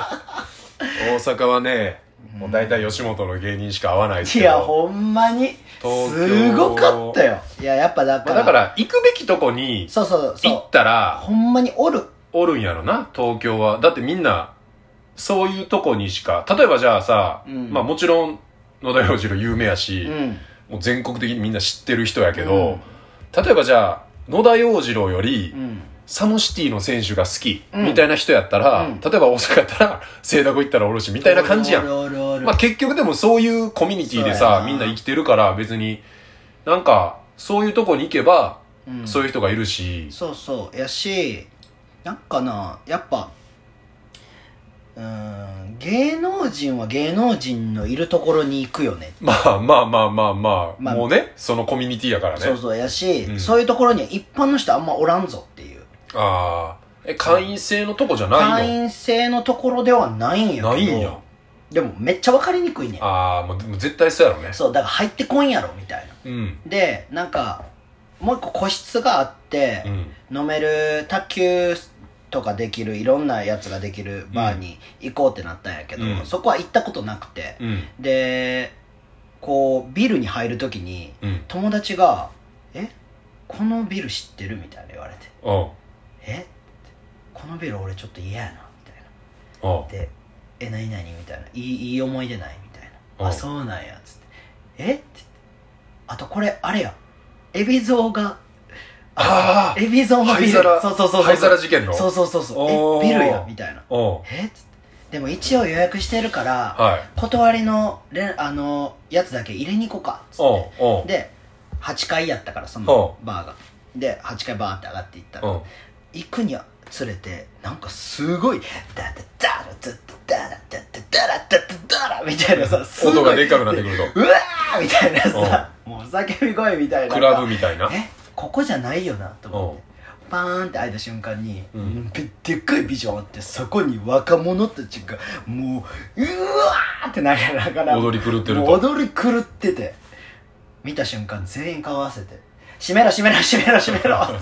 Speaker 2: <laughs> 大阪はね、もう大体吉本の芸人しか会わないです
Speaker 1: い
Speaker 2: けど。 <laughs>
Speaker 1: やほんまに
Speaker 2: 東京
Speaker 1: すごかったよいややっぱだか
Speaker 2: まあ
Speaker 1: ら
Speaker 2: だから、行くべきとこに
Speaker 1: そうそう
Speaker 2: 行
Speaker 1: そ
Speaker 2: った
Speaker 1: う
Speaker 2: ら、
Speaker 1: ほんまにおる
Speaker 2: おるんやろな、東京は。だってみんな、そういうとこにしか、例えばじゃあさ、
Speaker 1: うん
Speaker 2: まあもちろん、野田洋次郎有名やし、
Speaker 1: うん
Speaker 2: もう全国的にみんな知ってる人やけど、
Speaker 1: うん
Speaker 2: 例えばじゃあ野田洋次郎より、
Speaker 1: うん
Speaker 2: サムシティの選手が好き、
Speaker 1: うん
Speaker 2: みたいな人やった
Speaker 1: う
Speaker 2: ら、
Speaker 1: ん
Speaker 2: 例えば大阪やったら清田湖行ったらおるしみ
Speaker 1: み
Speaker 2: たいな感じやん、
Speaker 1: おるおるおる
Speaker 2: まあ、結局でもそういうコミュニティで
Speaker 1: そうや
Speaker 2: さ
Speaker 1: な
Speaker 2: みんな生きてるから別になんかそういうとこに行けば、
Speaker 1: うん
Speaker 2: そういう人がいるし
Speaker 1: そうそうやしなんかなやっぱうーん芸能人は芸能人のいるところに行くよね
Speaker 2: まあまあまあまあまあ、
Speaker 1: まあ
Speaker 2: もうねそのコミュニティやからね
Speaker 1: そうそうやし、
Speaker 2: うん
Speaker 1: そういうところには一般の人あんまおらんぞっていう
Speaker 2: ああえ会員制のとこじゃな
Speaker 1: 会
Speaker 2: い
Speaker 1: 員制のところではないんやけど
Speaker 2: のないんや
Speaker 1: でもめっちゃ分かりにくいねん
Speaker 2: ああもうでも絶対そうやろね
Speaker 1: そうだから入ってこんやろみたいな
Speaker 2: うん
Speaker 1: でなんかもう一個個室があって
Speaker 2: う、ん
Speaker 1: 飲める卓球とかできるいろんなやつができるバーに行こうってなったんやけど、
Speaker 2: うん
Speaker 1: そこは行ったことなくて、
Speaker 2: うん
Speaker 1: でこうビルに入るときに
Speaker 2: うん
Speaker 1: 友達が「えこのビル知ってる?」みたいな言われて
Speaker 2: うん
Speaker 1: 「えこのビル俺ちょっと嫌やな」みたいな
Speaker 2: うん
Speaker 1: で「え何々?」みたいな「いいいい思い出ない?」みたいな「
Speaker 2: う
Speaker 1: あ
Speaker 2: ん
Speaker 1: そうなんや」つって「えっ?」て言ってあとこれあれや海老蔵が
Speaker 2: あー
Speaker 1: 海老蔵のビル
Speaker 2: 灰皿
Speaker 1: そうそうそうそう
Speaker 2: 灰皿事件の
Speaker 1: そうそうそうそ
Speaker 2: お
Speaker 1: う
Speaker 2: ー
Speaker 1: えビルやみたいな
Speaker 2: うん
Speaker 1: えっつってでも一応予約してるから
Speaker 2: はい
Speaker 1: 断りのれあのやつだけ入れに行こうかっつっ
Speaker 2: うんう
Speaker 1: て
Speaker 2: ん
Speaker 1: で8階やったからそのバーがで8階バーって上がっていったら
Speaker 2: うん
Speaker 1: 行くにつれてなんかすごいダダダラダダダラダダダラダダラみたいなさすごい
Speaker 2: 音がでかくなってくると
Speaker 1: うわーみたいなさもう叫び声みたいな
Speaker 2: クラブみたいな
Speaker 1: えここじゃないよなと思ってパーンって開いた瞬間に、
Speaker 2: うん
Speaker 1: ででっかいビジョンあってそこに若者たちがもううわーってなりながら
Speaker 2: 踊り狂ってる
Speaker 1: もう
Speaker 2: と
Speaker 1: 踊り狂ってて見た瞬間全員顔合わせて「閉めろ閉めろ閉めろ閉めろ」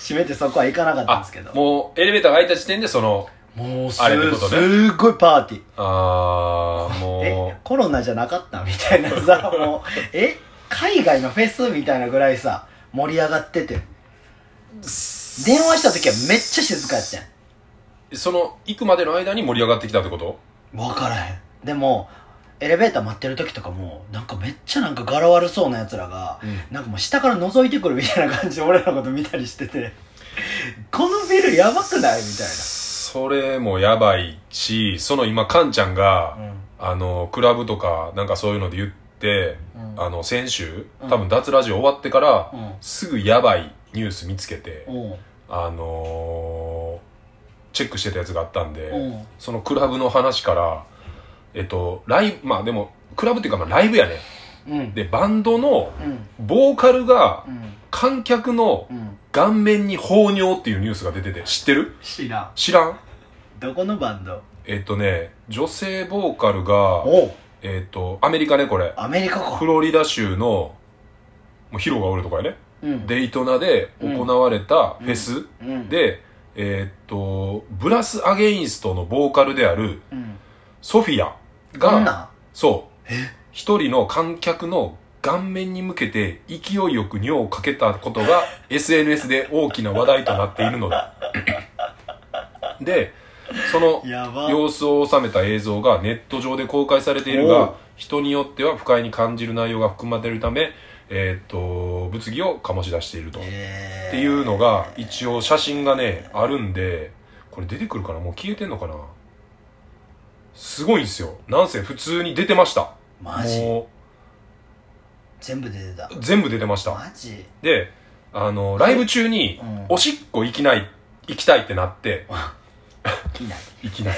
Speaker 1: 閉めてそこは行かなかったんで
Speaker 2: あ
Speaker 1: すけど
Speaker 2: もうエレベーターが開いた時点でその
Speaker 1: もうす
Speaker 2: あれってことね
Speaker 1: すごいパーティー
Speaker 2: あーも
Speaker 1: えコロナじゃなかったみたいな
Speaker 2: <laughs>
Speaker 1: さもうえ海外のフェスみたいなぐらいさ盛り上がってて電話した時はめっちゃ静かやって
Speaker 2: うその行くまでの間に盛り上がってきたってこと
Speaker 1: ん分からへんでもエレベーター待ってる時とかもなんかめっちゃなんか柄悪そうなやつらが、
Speaker 2: うん
Speaker 1: なんかもう下から覗いてくるみたいな感じで俺らのこと見たりしてて <laughs> このビルやばくないみたい
Speaker 2: それもやばいしその今カンちゃんが
Speaker 1: な
Speaker 2: あのクラブとかなんかそういうので言って
Speaker 1: うん
Speaker 2: あの先週
Speaker 1: うん
Speaker 2: 多分脱ラジオ終わってから
Speaker 1: うん
Speaker 2: すぐやばいニュース見つけて
Speaker 1: うん
Speaker 2: あのーチェックしてたやつがあったんで
Speaker 1: うんうん
Speaker 2: そのクラブの話から、えっと、ライブ、まあでも、クラブっていうか、まあライブやね。
Speaker 1: うん
Speaker 2: でバンドの
Speaker 1: うん
Speaker 2: ボーカルが
Speaker 1: うん
Speaker 2: 観客の
Speaker 1: うん
Speaker 2: 顔面に放尿っていうニュースが出てて知ってる
Speaker 1: 知らん
Speaker 2: 知らん
Speaker 1: どこのバンド
Speaker 2: えっとね女性ボーカルが
Speaker 1: お
Speaker 2: えっとアメリカねこれ
Speaker 1: アメリカか
Speaker 2: フロリダ州のもうヒロがおるとかやね
Speaker 1: うん
Speaker 2: デイトナで行われたフェス
Speaker 1: うん
Speaker 2: で、えーっとブラス・アゲインストのボーカルである
Speaker 1: うん
Speaker 2: ソフィア
Speaker 1: どん
Speaker 2: が
Speaker 1: な
Speaker 2: そう一人の観客の顔面に向けて勢いよく尿をかけたことが SNS で大きな話題となっている
Speaker 1: <laughs>
Speaker 2: のだでその
Speaker 1: んやば
Speaker 2: 様子を収めた映像がネット上で公開されている
Speaker 1: おう
Speaker 2: が人によっては不快に感じる内容が含まれているため、えーっと物議を醸し出していると、
Speaker 1: えー
Speaker 2: っていうのが一応写真がねあるんでこれ出てくるかなもう消えてんのかなすごいんですよなんせ普通に出てました
Speaker 1: マジ
Speaker 2: も
Speaker 1: 全部出てた
Speaker 2: う全部出てました
Speaker 1: マジ
Speaker 2: であのライブ中に
Speaker 1: うん
Speaker 2: おしっこ行きない行きたいってなって
Speaker 1: きない
Speaker 2: 行きない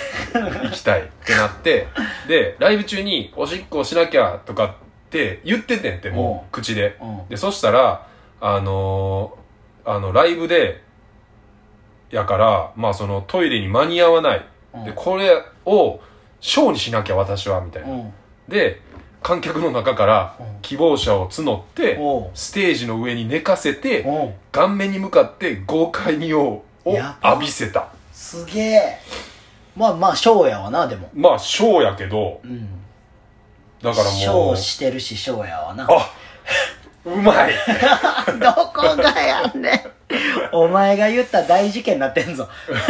Speaker 2: 行きたいってなってでライブ中におしっこしなきゃとかって言っててんってもう口で
Speaker 1: うん
Speaker 2: で、そしたら、あのーあの、ライブで、やから、まあそのトイレに間に合わない。
Speaker 1: うん
Speaker 2: で、これを、ショーにしなきゃ私は、みたいうな。
Speaker 1: ん
Speaker 2: で、観客の中から
Speaker 1: うん
Speaker 2: 希望者を募って、
Speaker 1: おう
Speaker 2: ステージの上に寝かせて、
Speaker 1: おう
Speaker 2: 顔面に向かって豪快に用を
Speaker 1: やば
Speaker 2: 浴びせた。
Speaker 1: すげえまあまあショーやわなでも
Speaker 2: まあ、ショーやけど、
Speaker 1: うん
Speaker 2: だから
Speaker 1: ショ
Speaker 2: もう
Speaker 1: ー、してるしショーやわな
Speaker 2: あうまい
Speaker 1: <laughs> どこがやんねんお前が言った大事件になってんぞ <laughs>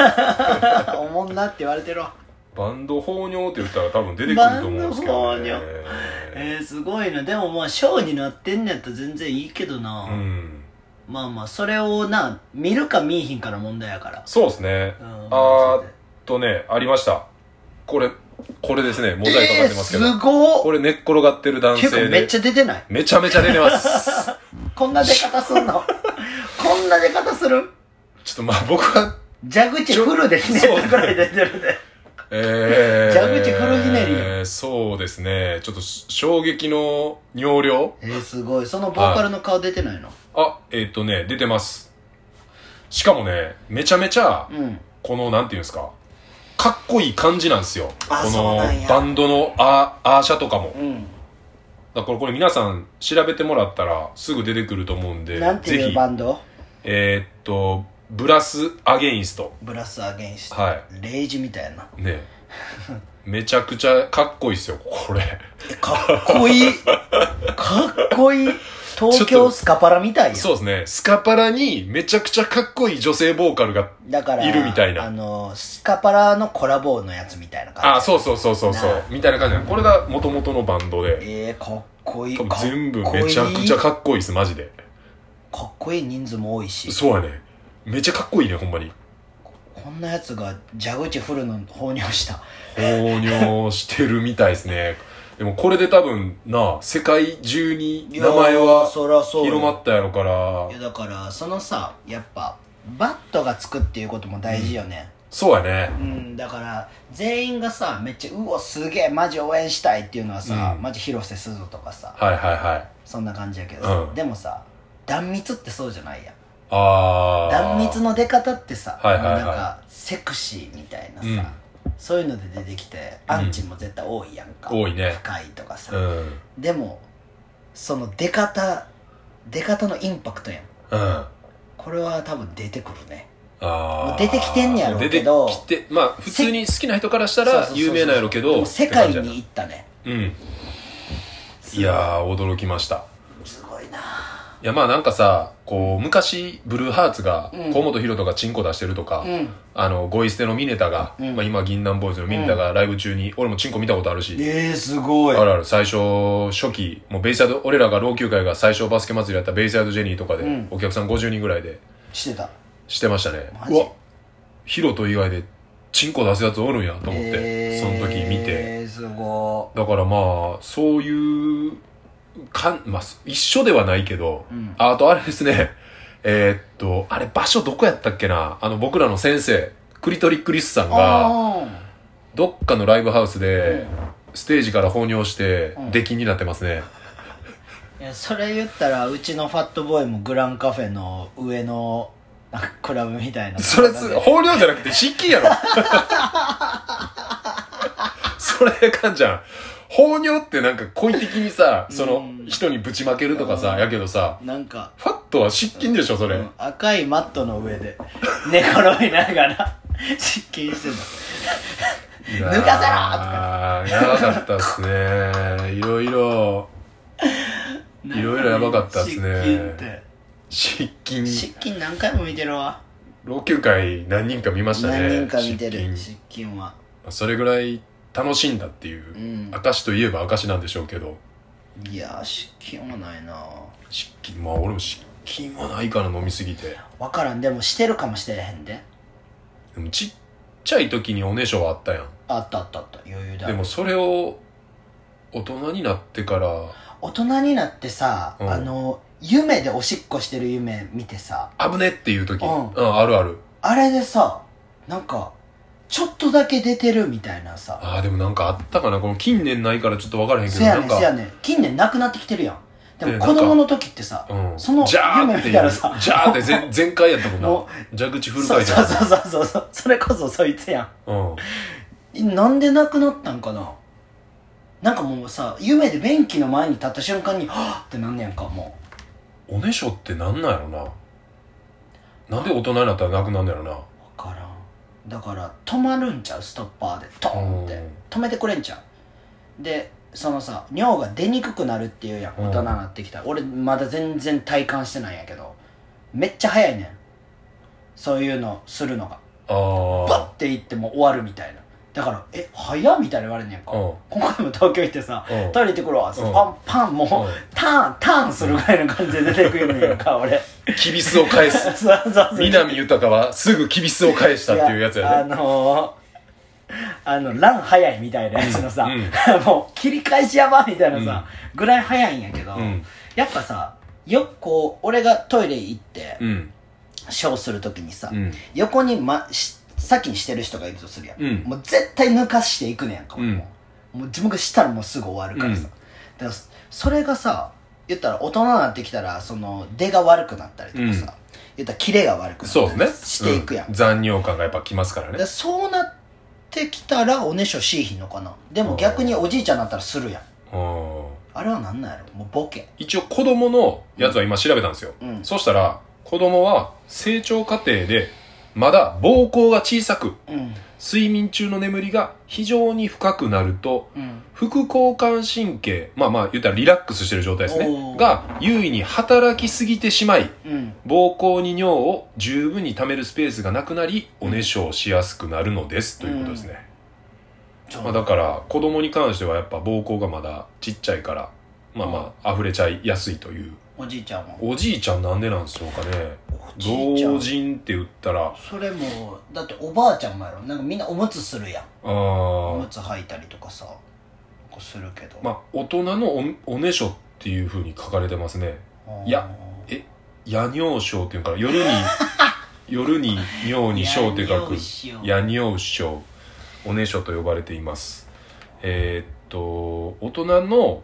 Speaker 1: おもんなって言われてるわ
Speaker 2: バンド放尿って言ったら多分出てくると思うんですけど、ね。
Speaker 1: バンド放えー、すごいなでもまあショーになってんねやったら全然いいけどな、
Speaker 2: うん。
Speaker 1: まあまあそれをな見るか見いひんから問題やから
Speaker 2: そうですね。
Speaker 1: うん
Speaker 2: あーっとね、ありました。これ、これですね、モザイクかかってますけど。
Speaker 1: えー、すご
Speaker 2: こ
Speaker 1: っ
Speaker 2: れ寝っ転がってる男
Speaker 1: 結
Speaker 2: 性
Speaker 1: 構
Speaker 2: で。
Speaker 1: めっちゃ出てない
Speaker 2: めちゃめちゃ出
Speaker 1: <laughs>
Speaker 2: てます。
Speaker 1: こんな出方すん
Speaker 2: <laughs>
Speaker 1: のこんな出方する
Speaker 2: ちょっとまあ僕は、
Speaker 1: 蛇口フルでひねったぐらい出てるで、
Speaker 2: えー、
Speaker 1: 蛇口フルひねり
Speaker 2: えーそうですね。ちょっとし衝撃の尿量
Speaker 1: えー、すごいそのボーカルの顔出てないの
Speaker 2: あ、えーっ、とね、出てます。しかもね、めちゃめちゃ、
Speaker 1: うん
Speaker 2: この、なんていうんですか、かっこいい感じなんですよ。
Speaker 1: あ
Speaker 2: こ
Speaker 1: そう
Speaker 2: の
Speaker 1: なんや
Speaker 2: バンドのアーアーシャとかも。
Speaker 1: うん
Speaker 2: だからこれこれ皆さん調べてもらったらすぐ出てくると思うんで、
Speaker 1: なんて
Speaker 2: ぜ
Speaker 1: いう
Speaker 2: ひ、
Speaker 1: バンド
Speaker 2: えーっと、ブラス・アゲインスト。
Speaker 1: ブラス・アゲンスト、
Speaker 2: は。
Speaker 1: レイジみたいない
Speaker 2: ねめちゃくちゃかっこいいっすよ、これ。
Speaker 1: えかっこ
Speaker 2: <laughs>
Speaker 1: いいかっこいい東
Speaker 2: ちょっ
Speaker 1: 京
Speaker 2: と
Speaker 1: スカパラみたいやん
Speaker 2: そうですね。スカパラにめちゃくちゃかっこいい女性ボーカルが、
Speaker 1: だから
Speaker 2: いるみたいな
Speaker 1: あのスカパラのコラボのやつみたいな感じ
Speaker 2: あ、そうそうそうそうそう、みたいな感じなのこれが元々のバンドで、
Speaker 1: えー、かっこいい
Speaker 2: 多分
Speaker 1: かっこいい
Speaker 2: 全部めちゃくちゃかっこいいっす、マジで。
Speaker 1: かっこいい人数も多いし
Speaker 2: そうやね。めちゃかっこいいね、ほんまに。
Speaker 1: こんなやつが蛇口フルの放尿した
Speaker 2: 放尿してるみたいですね。でもこれで多分な、世界中に名前
Speaker 1: いやー
Speaker 2: は
Speaker 1: そらそうよ
Speaker 2: 広まったやろから
Speaker 1: いやだからそのさやっぱバットがつくっていうことも大事よね
Speaker 2: そうやね
Speaker 1: うん、だから全員がさめっちゃうおすげえマジ応援したいっていうのはさ、
Speaker 2: うん
Speaker 1: マジ広瀬すずとかさ
Speaker 2: はいはいはい
Speaker 1: そんな感じやけどさ、
Speaker 2: うん
Speaker 1: でもさ断蜜ってそうじゃないやん
Speaker 2: ああ
Speaker 1: 断蜜の出方ってさ、
Speaker 2: はいはいは
Speaker 1: な
Speaker 2: い
Speaker 1: んかセクシーみたいなさ、
Speaker 2: うん
Speaker 1: そういうので出てきて
Speaker 2: うん
Speaker 1: アンチも絶対多いやんか、
Speaker 2: 多いね
Speaker 1: 深いとかさ、
Speaker 2: うん
Speaker 1: でもその出方出方のインパクトやん
Speaker 2: うんあ
Speaker 1: これは多分出てくるね
Speaker 2: あ
Speaker 1: もう
Speaker 2: ー
Speaker 1: 出てきてんねやろうけど
Speaker 2: 出てきてまあ普通に好きな人からした
Speaker 1: そうそう
Speaker 2: ら
Speaker 1: そうそう
Speaker 2: 有名なんやろうけ
Speaker 1: で
Speaker 2: ど
Speaker 1: も世界
Speaker 2: って感
Speaker 1: に
Speaker 2: じ
Speaker 1: 行ったね
Speaker 2: やなうん
Speaker 1: すご
Speaker 2: いやー驚きました
Speaker 1: すごいない
Speaker 2: やまあなんかさこう昔ブルーハーツが
Speaker 1: うん
Speaker 2: 河本ロとかチンコ出してるとか、
Speaker 1: うん
Speaker 2: あのゴイ捨てのミネタが、
Speaker 1: うん
Speaker 2: まあ、今銀杏ボーイズのミネタがライブ中に、俺もチンコ見たことあるし、
Speaker 1: えー、すごい
Speaker 2: あるある、最初、初期、もうベイサイド、俺らが老朽会が最初バスケ祭りやったベイサイドジェニーとかで、
Speaker 1: うん
Speaker 2: お客さん50人ぐらいで
Speaker 1: してた
Speaker 2: してましたね
Speaker 1: マ。ジ
Speaker 2: うわヒロト以外でチンコ出すやつおるんやと思って、その時見て。
Speaker 1: えー、すご
Speaker 2: だからまあ、そういう、かん、まあ、一緒ではないけど、
Speaker 1: うん
Speaker 2: ああとあれですね、えーっと、あれ場所どこやったっけなあの僕らの先生、クリトリックリスさん
Speaker 1: い
Speaker 2: が、
Speaker 1: あ
Speaker 2: どっかのライブハウスで、ステージから放尿して
Speaker 1: うん、
Speaker 2: 出禁になってますね。
Speaker 1: いやそれ言ったらうちのファットボーイもグランカフェの上のなんかクラブみたいな
Speaker 2: <laughs> それす放量じゃなくて湿気や
Speaker 1: <laughs>
Speaker 2: ろそれかんじゃん放尿ってなんか故意的にさその
Speaker 1: うん
Speaker 2: 人にぶちまけるとかさ
Speaker 1: うん
Speaker 2: やけどさ
Speaker 1: なんか、
Speaker 2: ファットは湿気でしょそれ、
Speaker 1: うん赤いマットの上で寝転びながら失禁して
Speaker 2: いやー
Speaker 1: 脱がせろ
Speaker 2: やばかったっすねいろいろ
Speaker 1: た
Speaker 2: いろいろやばかったっすね
Speaker 1: 失禁って
Speaker 2: 湿気
Speaker 1: 失禁何回も見てるわ
Speaker 2: 老朽会何人か見ましたね
Speaker 1: 何人か見てる
Speaker 2: 湿
Speaker 1: 失禁は
Speaker 2: 気それぐらい楽しんだっていう、
Speaker 1: うん
Speaker 2: 証といえば証なんでしょうけど
Speaker 1: いやー失禁はないな
Speaker 2: 湿気まあ俺も湿気はないから飲みすぎて
Speaker 1: 分からんでもしてるかもしれへんで
Speaker 2: でもちっちゃい時におねしょはあったやん
Speaker 1: あったあったあった余裕だ
Speaker 2: でもそれを大人になってから
Speaker 1: 大人になってさ、
Speaker 2: うん
Speaker 1: あの夢でおしっこしてる夢見てさ
Speaker 2: 危ねっていう時、
Speaker 1: うん
Speaker 2: あるある
Speaker 1: あれでさなんかちょっとだけ出てるみたいなさ
Speaker 2: ああでもなんかあったかなこの近年ないからちょっと分からへんけ
Speaker 1: せ
Speaker 2: ど
Speaker 1: や
Speaker 2: な
Speaker 1: ね
Speaker 2: ん
Speaker 1: んせや
Speaker 2: か
Speaker 1: ねん近年なくなってきてるやんで
Speaker 2: ね
Speaker 1: も子供の時ってさ
Speaker 2: うん
Speaker 1: その
Speaker 2: ジャーっ
Speaker 1: 夢
Speaker 2: て
Speaker 1: 見
Speaker 2: 言
Speaker 1: た
Speaker 2: う
Speaker 1: らさ
Speaker 2: ジャーって全全開やったも
Speaker 1: <laughs> も
Speaker 2: んな蛇口フル
Speaker 1: そ
Speaker 2: 回
Speaker 1: う
Speaker 2: 転
Speaker 1: そうそうそうそうそうそれこそそいつや
Speaker 2: うん
Speaker 1: んなんでなくなったんかななんかもうさ夢で便器の前に立った瞬間にはぁってなんねやんかも
Speaker 2: おねしょってなんなんやろななんで大人になったらなくなんだろな
Speaker 1: う分からんだから止まるんちゃうストッパーでトーンって
Speaker 2: うん
Speaker 1: 止めてくれんちゃうでそのさ尿が出にくくなるっていうやん
Speaker 2: うん
Speaker 1: 大人になってきたら、俺まだ全然体感してないんやけどめっちゃ早いねんそういうのするのがバ
Speaker 2: あ
Speaker 1: ッて行ってもう終わるみたいなだから「え早っ」みたいな言われんねんか、
Speaker 2: あうん
Speaker 1: 今回も東京行ってさ
Speaker 2: うん
Speaker 1: トイレ行ってくるわっつって、
Speaker 2: うん
Speaker 1: パンパンもう、
Speaker 2: うん
Speaker 1: ターンターンするぐらいの感じで出てくるねんか俺
Speaker 2: キビスを返す
Speaker 1: <laughs> そうそうそう
Speaker 2: 南豊はすぐキビスを返したっていうやつ
Speaker 1: あ
Speaker 2: やね
Speaker 1: のー、あのラン早いみたいなやつのさ、
Speaker 2: う
Speaker 1: もう切り返しやばみたいなさ、ぐらい早いんやけど、
Speaker 2: うん
Speaker 1: やっぱさよくこう俺がトイレ行って
Speaker 2: うん
Speaker 1: ショーするときにさ、
Speaker 2: うん
Speaker 1: 横に、ま、し先にしてる人がいるとするやん、
Speaker 2: うん
Speaker 1: もう絶対抜かしていくねやんか、
Speaker 2: うん
Speaker 1: もうもう自分がしたらもうすぐ終わるからさ、
Speaker 2: うん
Speaker 1: だからそそれがさ言ったら大人になってきたらその出が悪くなったりとかさ、言ったらキレが悪くな
Speaker 2: そう
Speaker 1: った
Speaker 2: ね
Speaker 1: りしていくやん、
Speaker 2: う残尿感がやっぱきますから
Speaker 1: で
Speaker 2: ね
Speaker 1: そうなってきたらおねしょしいひんのかなでも逆におじいちゃんになったらするやん
Speaker 2: うん
Speaker 1: あれはなんなんやろもうボケ
Speaker 2: 一応子供のやつは今調べたんですよ、
Speaker 1: うん
Speaker 2: そしたら子供は成長過程でまだ膀胱が小さく
Speaker 1: うん
Speaker 2: 睡眠中の眠りが非常に深くなると
Speaker 1: うん
Speaker 2: 副交感神経まあまあ言ったらリラックスしてる状態です
Speaker 1: お
Speaker 2: ね
Speaker 1: ー
Speaker 2: が優位に働きすぎてしまい
Speaker 1: うん
Speaker 2: 膀胱に尿を十分に溜めるスペースがなくなりおねしょをしやすくなるのですということですね、
Speaker 1: そう
Speaker 2: まあ、だから子供に関してはやっぱ膀胱がまだちっちゃいからまあまあ溢れちゃいやすいという
Speaker 1: おじいちゃんも
Speaker 2: おじいちゃんなんでなんでしょうかね
Speaker 1: おじいちゃ
Speaker 2: 老
Speaker 1: ん
Speaker 2: 人って言ったら
Speaker 1: それもだっておばあちゃんもやろなんかみんなおむつするやん
Speaker 2: あ
Speaker 1: おむ
Speaker 2: ー
Speaker 1: つ履いたりとかさこうするけど、
Speaker 2: まあ大人のおおねしょっていうふうに書かれてますね
Speaker 1: あー
Speaker 2: いや夜尿症っていうから夜に夜に
Speaker 1: <laughs>
Speaker 2: 尿に症って書く
Speaker 1: や
Speaker 2: 夜尿症おねしょと呼ばれていますえーっと大人の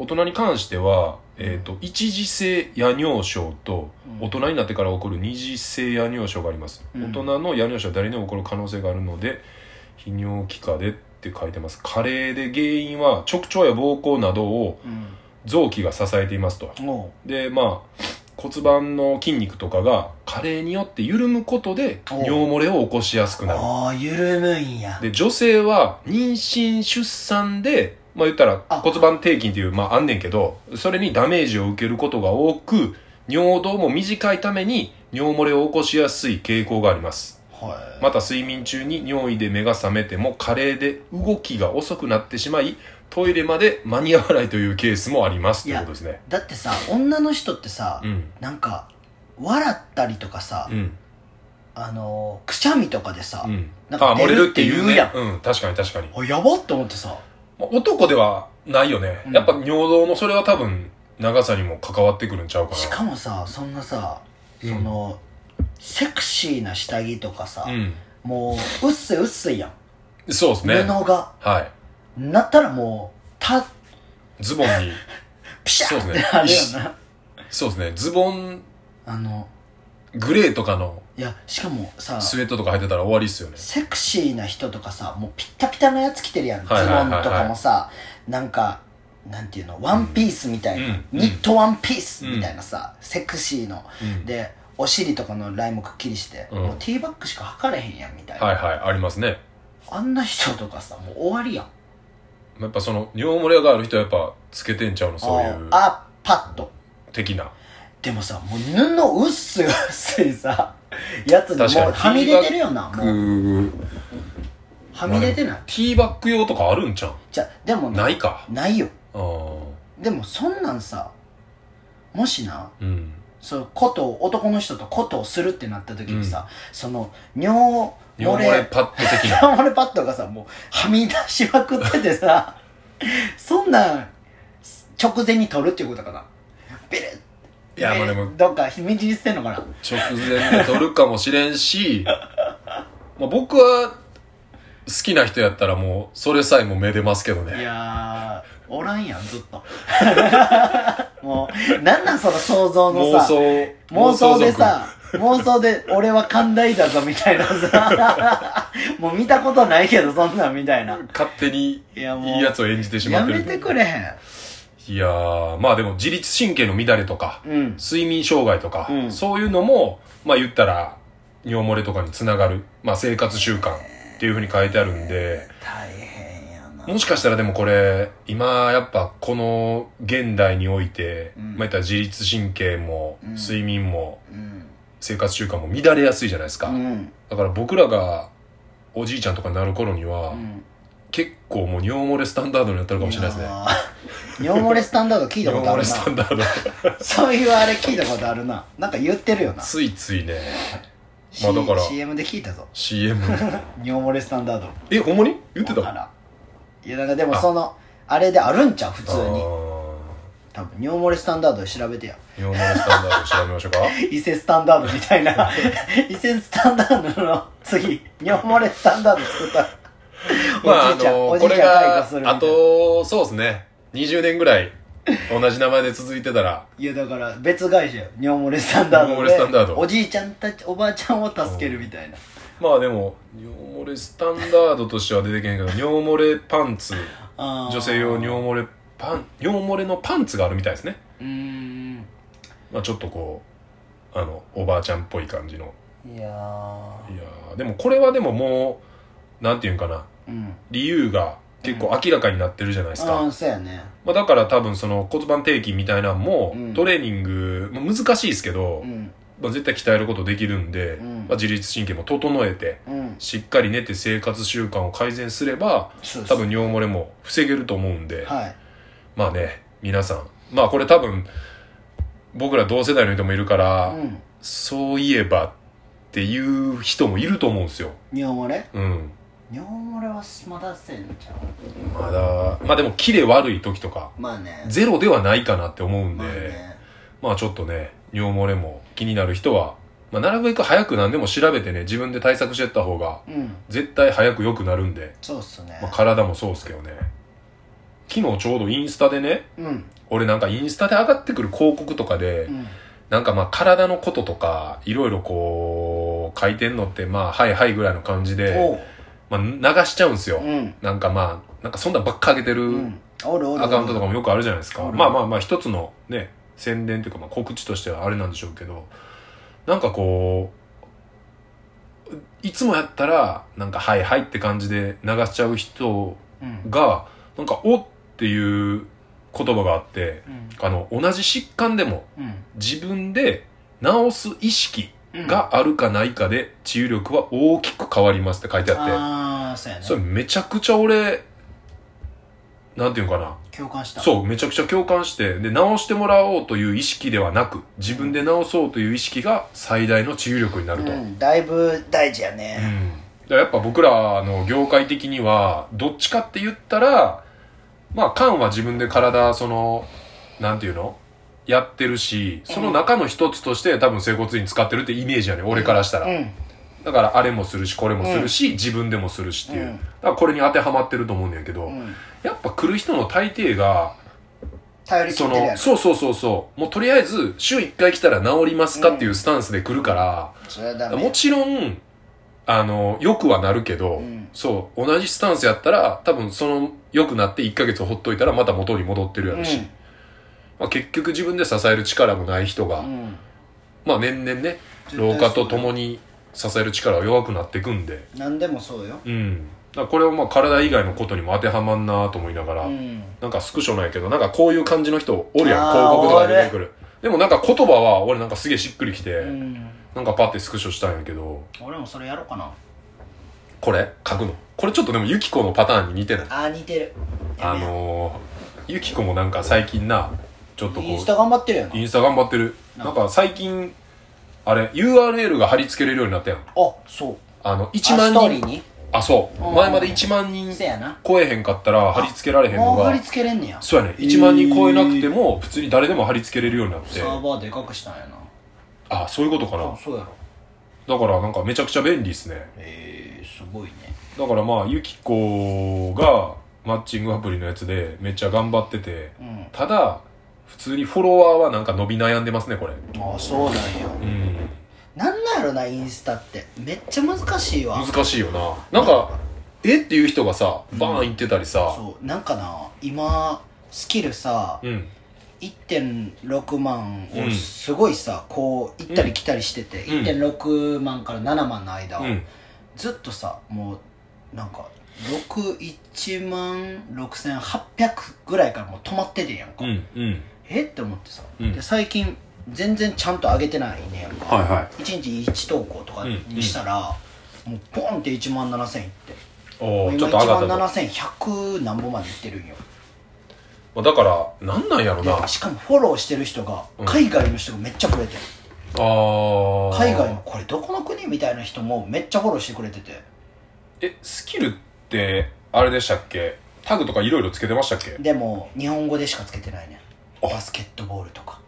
Speaker 2: 大人に関しては、えーっと一次性夜尿症と
Speaker 1: うん
Speaker 2: 大人になってから起こる二次性夜尿症があります、
Speaker 1: うん
Speaker 2: 大人の夜尿症は誰にも起こる可能性があるので泌尿器科でって書いてます加齢で原因は直腸や膀胱などを
Speaker 1: う
Speaker 2: 臓器が支えていますと
Speaker 1: んおう
Speaker 2: でまあ骨盤の筋肉とかが加齢によって緩むことで
Speaker 1: おう
Speaker 2: 尿漏れを起こしやすくなる
Speaker 1: ああ緩むんや
Speaker 2: で女性は妊娠出産でまあ言ったら
Speaker 1: あ
Speaker 2: 骨盤底筋っていうまああんねんけどそれにダメージを受けることが多く尿道も短いために尿漏れを起こしやすい傾向があります
Speaker 1: はい、
Speaker 2: また睡眠中に尿意で目が覚めても加齢で動きが遅くなってしまいトイレまで間に合わないというケースもありますと
Speaker 1: い
Speaker 2: いう
Speaker 1: や
Speaker 2: ことですね
Speaker 1: だってさ女の人ってさ、
Speaker 2: うん
Speaker 1: なんか笑ったりとかさ、
Speaker 2: うん
Speaker 1: あのーくしゃみとかでさ、
Speaker 2: うん
Speaker 1: なんか
Speaker 2: あ漏れるってい
Speaker 1: 出るって言
Speaker 2: う
Speaker 1: う
Speaker 2: ね
Speaker 1: やん
Speaker 2: うん確かに確かに
Speaker 1: あやばっと思ってさ
Speaker 2: まあ男ではないよね、
Speaker 1: うん
Speaker 2: やっぱ尿道のそれは多分長さにも関わってくるんちゃうかな
Speaker 1: しかもさそんなさ、
Speaker 2: うん
Speaker 1: そのセクシーな下着とかさ、
Speaker 2: う
Speaker 1: もううっすいうっすいやん、
Speaker 2: んそうですね
Speaker 1: 布が
Speaker 2: は
Speaker 1: なったらもうた
Speaker 2: いズボンに
Speaker 1: ピシャー
Speaker 2: そう
Speaker 1: っ
Speaker 2: で
Speaker 1: て
Speaker 2: す
Speaker 1: な
Speaker 2: ね
Speaker 1: るよな。
Speaker 2: そうですねズボン
Speaker 1: あの、
Speaker 2: グレーとかの
Speaker 1: いや、しかもさ、
Speaker 2: スウェットとか履いてたら終わりっすよね
Speaker 1: セクシーな人とかさ、もうピッタピタのやつ着てるやん。ズボ
Speaker 2: はいはいはいはい
Speaker 1: ンとかもさ、なんか、なんていうの、ワンピースみたいな、
Speaker 2: うん
Speaker 1: ニットワンピースみたいなさ、セクシーの。
Speaker 2: うん
Speaker 1: で、お尻とかのラインもくっきりして、
Speaker 2: うん
Speaker 1: もうティーバッグしか履かれへんやんみたいな。
Speaker 2: はいはいありますね
Speaker 1: あんな人とかさ、もう終わりやん。
Speaker 2: やっぱその尿漏れがある人はやっぱつけてんちゃうのそういう
Speaker 1: あ、あパッと。
Speaker 2: 的な
Speaker 1: でもさ、もう布薄い薄いさ、やつに
Speaker 2: 確かに
Speaker 1: もうはみ出てるよな、もう。
Speaker 2: ー
Speaker 1: はみ出てない。
Speaker 2: ティーバッグ用とかあるんちゃ
Speaker 1: じゃあ、でも
Speaker 2: う
Speaker 1: ね
Speaker 2: ないか
Speaker 1: ないよ。
Speaker 2: あー
Speaker 1: でもそんなんさ、もしな、
Speaker 2: うん
Speaker 1: そう、ことを、男の人とことをするってなった時にさ、その、尿漏
Speaker 2: 尿漏れ
Speaker 1: れ、
Speaker 2: パッド的な
Speaker 1: 尿漏れパッドがさ、もう、はみ出しまくっててさ、そんなん、直前に取るっていうことかな。ビリッ
Speaker 2: いやまあでも
Speaker 1: どっか、みじにしてんのかな。
Speaker 2: 直前で取るかもしれんし、まあ、僕は好きな人やったらもうそれさえもめでますけど
Speaker 1: い
Speaker 2: ね
Speaker 1: やー、おらんやん、ずっと。 <laughs> もう、なんなんその想像の
Speaker 2: 妄
Speaker 1: さ、
Speaker 2: 想
Speaker 1: 妄想で
Speaker 2: 族
Speaker 1: さ、妄想で俺は寛大だぞみたいなさ、 <laughs> もう見たことないけどそんなんみたいな。
Speaker 2: 勝手に
Speaker 1: いやもう、
Speaker 2: いいやつを演じてしま
Speaker 1: や
Speaker 2: ってる
Speaker 1: めてくれへん。
Speaker 2: いやーまあでも自律神経の乱れとか
Speaker 1: うん。
Speaker 2: 睡眠障害とか、
Speaker 1: うん
Speaker 2: そういうのもまあ言ったら尿漏れとかにつながる、まあ、生活習慣っていうふうに書いてあるんで
Speaker 1: 大変やな。
Speaker 2: もしかしたらでもこれ今やっぱこの現代において、
Speaker 1: うん
Speaker 2: まあ言ったら自律神経も
Speaker 1: うん
Speaker 2: 睡眠も、
Speaker 1: うん。
Speaker 2: 生活習慣も乱れやすいじゃないです
Speaker 1: う
Speaker 2: か、
Speaker 1: ん。
Speaker 2: だから僕らがおじいちゃんとかになる頃には、
Speaker 1: うん。
Speaker 2: 結構もう尿漏れスタンダードになってるかもしれないですね
Speaker 1: やー。尿漏れスタンダード聞いたこ
Speaker 2: <laughs> 尿
Speaker 1: とあ
Speaker 2: 漏
Speaker 1: る
Speaker 2: れスタンダード
Speaker 1: な。そういうあれ聞いたことあるな。なんか言ってるよな。
Speaker 2: ついついね
Speaker 1: C-
Speaker 2: まあだから
Speaker 1: CM で聞いたぞ。
Speaker 2: CM
Speaker 1: 尿漏れスタンダード。
Speaker 2: えほんまに言ってた
Speaker 1: か
Speaker 2: あ
Speaker 1: らいやなんかでもそのあれであるんちゃう普通に
Speaker 2: ー
Speaker 1: 多分尿漏れスタンダードで調べてや
Speaker 2: 尿漏れスタンダード調べましょ
Speaker 1: <laughs>
Speaker 2: うか
Speaker 1: 伊勢スタンダードみたい
Speaker 2: <laughs>
Speaker 1: な伊勢スタンダードの次尿漏れスタンダード作ったら
Speaker 2: まああ
Speaker 1: おじいちゃん、
Speaker 2: の
Speaker 1: おじ
Speaker 2: こ
Speaker 1: いちゃ
Speaker 2: れ
Speaker 1: ん解雇するみ
Speaker 2: が
Speaker 1: たい
Speaker 2: あ
Speaker 1: な
Speaker 2: とそうですね20年ぐらい同じ名前で続いてたら
Speaker 1: いやだから別会社よ尿漏れスタンダード
Speaker 2: 尿漏れスタンダード
Speaker 1: でおじいちゃんたちおばあちゃんを助けるみたいな
Speaker 2: まあでも尿漏れスタンダードとしては出てけへんけど尿漏れパンツ
Speaker 1: あー
Speaker 2: 女性用尿漏れパン尿漏れのパンツがあるみたいですね、
Speaker 1: うーん
Speaker 2: まあ、ちょっとこうあのおばあちゃんっぽい感じの
Speaker 1: いやー
Speaker 2: いやーでもこれはでももうなんていうんかな
Speaker 1: うん
Speaker 2: 理由が結構明らかになってるじゃないですか、
Speaker 1: うんそうやね
Speaker 2: まあ、だから多分その骨盤底筋みたいなんも
Speaker 1: うん
Speaker 2: トレーニング、まあ、難しいですけど、
Speaker 1: うん
Speaker 2: まあ、絶対鍛えることできるんで、
Speaker 1: うん
Speaker 2: まあ、自律神経も整えて
Speaker 1: うん
Speaker 2: しっかり寝て生活習慣を改善すれば
Speaker 1: そうです
Speaker 2: 多分尿漏れも防げると思うんで、
Speaker 1: はい
Speaker 2: まあね、皆さん。まあこれ多分、僕ら同世代の人もいるから、
Speaker 1: うん
Speaker 2: そういえばっていう人もいると思うんですよ。
Speaker 1: 尿漏れ
Speaker 2: うん。
Speaker 1: 尿漏れはまだせんちゃう
Speaker 2: まだ、まあでも、キレ悪い時とか、
Speaker 1: まあね
Speaker 2: ゼロではないかなって思うんで、
Speaker 1: ま
Speaker 2: ま
Speaker 1: あ
Speaker 2: あ、
Speaker 1: ね
Speaker 2: ちょっとね、尿漏れも気になる人は、まあ、なるべく早く何でも調べてね、自分で対策してった方が、
Speaker 1: うん
Speaker 2: 絶対早く良くなるんで、
Speaker 1: そうっすね、
Speaker 2: まあ、体もそうですけどね。昨日ちょうどインスタでね、
Speaker 1: うん
Speaker 2: 俺なんかインスタで上がってくる広告とかで、
Speaker 1: うん
Speaker 2: なんかまあ体のこととか、いろいろこう、書いてんのって、まあ、はいはいぐらいの感じで、
Speaker 1: おう
Speaker 2: まあ流しちゃうんすよ。
Speaker 1: うん
Speaker 2: なんかまあ、なんかそんなんばっか上げて
Speaker 1: う
Speaker 2: る
Speaker 1: んおるおるおる
Speaker 2: アカウントとかもよくあるじゃないですか。
Speaker 1: うん
Speaker 2: まあまあまあ、一つのね、宣伝というかまあ告知としてはあれなんでしょうけど、なんかこう、いつもやったら、なんかはいはいって感じで流しちゃう人
Speaker 1: うん
Speaker 2: が、なんかおっていう言葉があって、
Speaker 1: うん
Speaker 2: あの、同じ疾患でも、
Speaker 1: うん
Speaker 2: 自分で治す意識
Speaker 1: うん
Speaker 2: があるかないかで治癒力は大きく変わりますって書いてあっ
Speaker 1: ああそうや
Speaker 2: て
Speaker 1: ね
Speaker 2: それめちゃくちゃ俺なんていうのかな
Speaker 1: 共感したう
Speaker 2: そうめちゃくちゃ共感してで治してもらおうという意識ではなく自分で治そうという意識が最大の治癒力になると、うん
Speaker 1: んだいぶ大事や
Speaker 2: だ
Speaker 1: ね
Speaker 2: からやっぱ僕らの業界的にはどっちかって言ったらまあ缶は自分で体そのなんていうのやってるしその中の一つとして多分整骨院使ってるってイメージやね俺からしたら、
Speaker 1: うん
Speaker 2: だからあれもするしこれもするし、自分でもするしっていう、
Speaker 1: うん
Speaker 2: だからこれに当てはまってると思うんやけど、
Speaker 1: うん
Speaker 2: やっぱ来る人の大抵が
Speaker 1: 頼り切
Speaker 2: そ
Speaker 1: ってるや
Speaker 2: の
Speaker 1: ろ
Speaker 2: そうそうそうそうもうとりあえず週1回来たら治りますかっていうスタンスで来るから、
Speaker 1: それはダメ
Speaker 2: もちろんあのよくはなるけど、
Speaker 1: うん
Speaker 2: そう同じスタンスやったら多分その良くなって1ヶ月ほっといたらまた元に戻ってるやろし、
Speaker 1: うん
Speaker 2: まあ、結局自分で支える力もない人が、
Speaker 1: うん
Speaker 2: まあ年々ね
Speaker 1: 絶対そう
Speaker 2: 老化とともに支える力は弱くなっていくんで
Speaker 1: 何でもそうよ
Speaker 2: うんだからこれをまあ体以外のことにも当てはまんなと思いながら、
Speaker 1: うん
Speaker 2: なんかスクショなんやけどなんかこういう感じの人おるやん
Speaker 1: あー
Speaker 2: 広告とかで出てくるでもなんか言葉は俺なんかすげえしっくりきて、
Speaker 1: うん
Speaker 2: なんかパッてスクショしたんやけど
Speaker 1: 俺もそれやろうかな
Speaker 2: これ書くのこれちょっとでもユキコのパターンに似てない
Speaker 1: あー似てるや
Speaker 2: あ
Speaker 1: めよう
Speaker 2: のー、ゆきこもなんか最近なちょっとこう
Speaker 1: インスタ頑張ってるよな
Speaker 2: インスタ頑張ってる
Speaker 1: な
Speaker 2: なんか最近あれ URL が貼り付けれるようになったやん
Speaker 1: あそう
Speaker 2: あの1
Speaker 1: あ
Speaker 2: 万
Speaker 1: ストーリー
Speaker 2: 人
Speaker 1: に
Speaker 2: あそう
Speaker 1: うん
Speaker 2: 前まで1万人
Speaker 1: せやな
Speaker 2: 超えへんかったら貼り付けられへん
Speaker 1: も
Speaker 2: の
Speaker 1: う貼り
Speaker 2: が
Speaker 1: 付けれんねや
Speaker 2: そうやね
Speaker 1: へー
Speaker 2: 1万人超えなくても普通に誰でも貼り付けれるようになって
Speaker 1: サーバーでかくしたんやな
Speaker 2: あそういうことか
Speaker 1: あ
Speaker 2: な
Speaker 1: そうやろ
Speaker 2: だからなんかめちゃくちゃ便利っすね
Speaker 1: えー、すごいね
Speaker 2: だからまあゆきこがマッチングアプリのやつでめっちゃ頑張ってて
Speaker 1: うん
Speaker 2: ただ普通にフォロワーはなんか伸び悩んでますねこれ
Speaker 1: あそうなんよ
Speaker 2: うん
Speaker 1: なんなんやろなインスタってめっちゃ難しいわ
Speaker 2: 難しいよななんかえっていう人がさバーン言ってたりさ
Speaker 1: そうなんかな今スキルさ
Speaker 2: うん
Speaker 1: 1.6万
Speaker 2: う
Speaker 1: を
Speaker 2: ん
Speaker 1: すごいさ、こう行ったり来たりしてて、
Speaker 2: うん
Speaker 1: 1.6万から7万の間を、
Speaker 2: うん
Speaker 1: ずっとさもうなんか61万6800ぐらいからもう止まっててんやんか、
Speaker 2: うんうん
Speaker 1: えって思ってさ、
Speaker 2: うん
Speaker 1: で最近全然ちゃんと上げてないねやんか、
Speaker 2: はいはい
Speaker 1: 1日1投稿とかにしたら、もうポンって1万7000いって
Speaker 2: お
Speaker 1: も
Speaker 2: お
Speaker 1: う
Speaker 2: ち
Speaker 1: 今
Speaker 2: ょっと上が
Speaker 1: 1
Speaker 2: ったと
Speaker 1: 万7100何本までいってるんよ
Speaker 2: まあだからなんなんやろなあ
Speaker 1: でしかもフォローしてる人が
Speaker 2: うん
Speaker 1: 海外の人がめっちゃ増えてる、
Speaker 2: ー
Speaker 1: 海外のこれどこの国みたいな人もめっちゃフォローしてくれてて
Speaker 2: えスキルってあれでしたっけタグとかいろいろつけてましたっけ
Speaker 1: でも日本語でしかつけてないね
Speaker 2: あ
Speaker 1: バスケットボールとか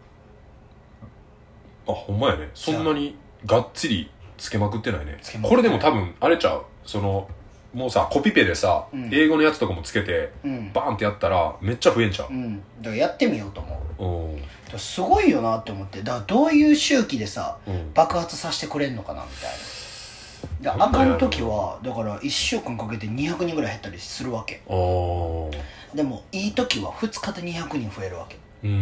Speaker 2: あほんまやねそんなにがっつりつけまくってないね
Speaker 1: つけまくってない
Speaker 2: これでも多分あれちゃうそのもうさコピペでさ、
Speaker 1: うん
Speaker 2: 英語のやつとかもつけて
Speaker 1: うん
Speaker 2: バーンってやったらめっちゃ増えんちゃ
Speaker 1: う
Speaker 2: う
Speaker 1: んだからやってみようと思う
Speaker 2: うん
Speaker 1: だからすごいよなって思ってだからどういう周期でさ
Speaker 2: うん
Speaker 1: 爆発させてくれんのかなみたいなで
Speaker 2: な
Speaker 1: あ
Speaker 2: んだ
Speaker 1: か
Speaker 2: よ
Speaker 1: ん時はだから1週間かけて200人ぐらい減ったりするわけ
Speaker 2: あー
Speaker 1: でもいい時は2日で200人増えるわけ
Speaker 2: うん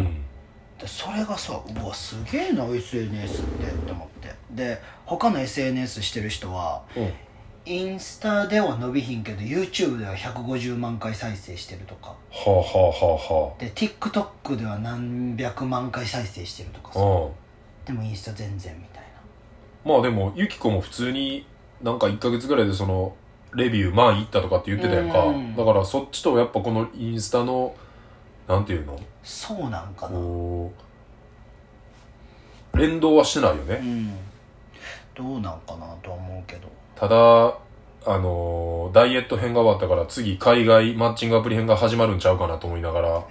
Speaker 1: でそれがさうわすげえな SNS ってって思ってで他の SNS してる人は
Speaker 2: うん
Speaker 1: インスタでは伸びひんけど YouTube では150万回再生してるとか
Speaker 2: はあはあは
Speaker 1: で TikTok では何百万回再生してるとか
Speaker 2: あ
Speaker 1: さ
Speaker 2: はあ
Speaker 1: でもインスタ全然みたい
Speaker 2: うんまあでもユキコも普通になんか1ヶ月ぐらいでそのレビューまあいったとかって言ってたやんか、
Speaker 1: うん
Speaker 2: だからそっちとやっぱこのインスタのなんていうの
Speaker 1: なそうなんかなう
Speaker 2: こう連動はしてないよね、
Speaker 1: んどうなんかなとは思うけど
Speaker 2: ただあのーダイエット編が終わったから次海外マッチングアプリ編が始まるんちゃうかなと思いながら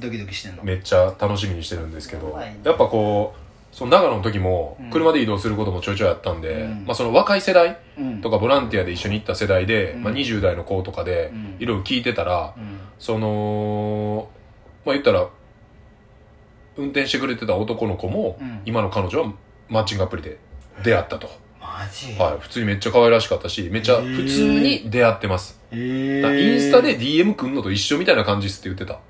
Speaker 1: ドキドキしてんの
Speaker 2: めっちゃ楽しみにしてるんですけ
Speaker 1: や
Speaker 2: ど
Speaker 1: ばいね
Speaker 2: やっぱこうその長野の時も
Speaker 1: うん
Speaker 2: 車で移動することもちょいちょいあったんで、
Speaker 1: うん
Speaker 2: まあ、その若い世代
Speaker 1: うん
Speaker 2: とかボランティアで一緒に行った世代で、
Speaker 1: うん
Speaker 2: まあ、20代の子とかで
Speaker 1: うん
Speaker 2: いろいろ聞いてたら
Speaker 1: うん
Speaker 2: そのまあ言ったら運転してくれてた男の子も
Speaker 1: うん
Speaker 2: 今の彼女はマッチングアプリで出会ったと、
Speaker 1: マジ
Speaker 2: はい、普通にめっちゃ可愛らしかったしめっちゃ普通に出会ってます、
Speaker 1: えー
Speaker 2: だからインスタで DM くんのと一緒みたいな感じっすって言ってた、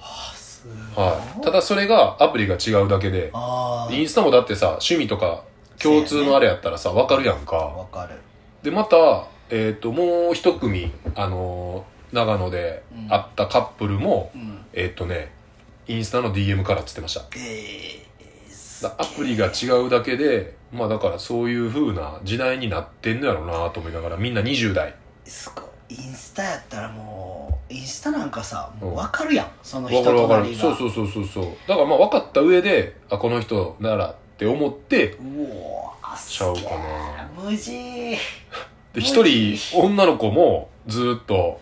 Speaker 1: あすごい
Speaker 2: はい、ただそれがアプリが違うだけで
Speaker 1: あ
Speaker 2: インスタもだってさ趣味とか共通のあれやったらさ分かるやん
Speaker 1: あ
Speaker 2: か
Speaker 1: わかる
Speaker 2: でまた、えっともう一組、あのー長野で会ったカップルも、
Speaker 1: うん
Speaker 2: えっとねインスタの DM からっつってました
Speaker 1: えーす
Speaker 2: だアプリが違うだけでまあだからそういう風な時代になってんのやろうなと思いながらみんな20代
Speaker 1: すごいインスタやったらもうインスタなんかさも
Speaker 2: うん
Speaker 1: う分かるやんその
Speaker 2: わ
Speaker 1: 人
Speaker 2: かる
Speaker 1: と
Speaker 2: わ
Speaker 1: な
Speaker 2: かる
Speaker 1: りが
Speaker 2: そうそうそうそうそうだからまあ分かった上であこの人ならって思って
Speaker 1: うおーあ
Speaker 2: ちゃう
Speaker 1: す
Speaker 2: か
Speaker 1: げえ
Speaker 2: な
Speaker 1: 無事
Speaker 2: で
Speaker 1: マ
Speaker 2: 一
Speaker 1: ジ
Speaker 2: 人女の子もずーっと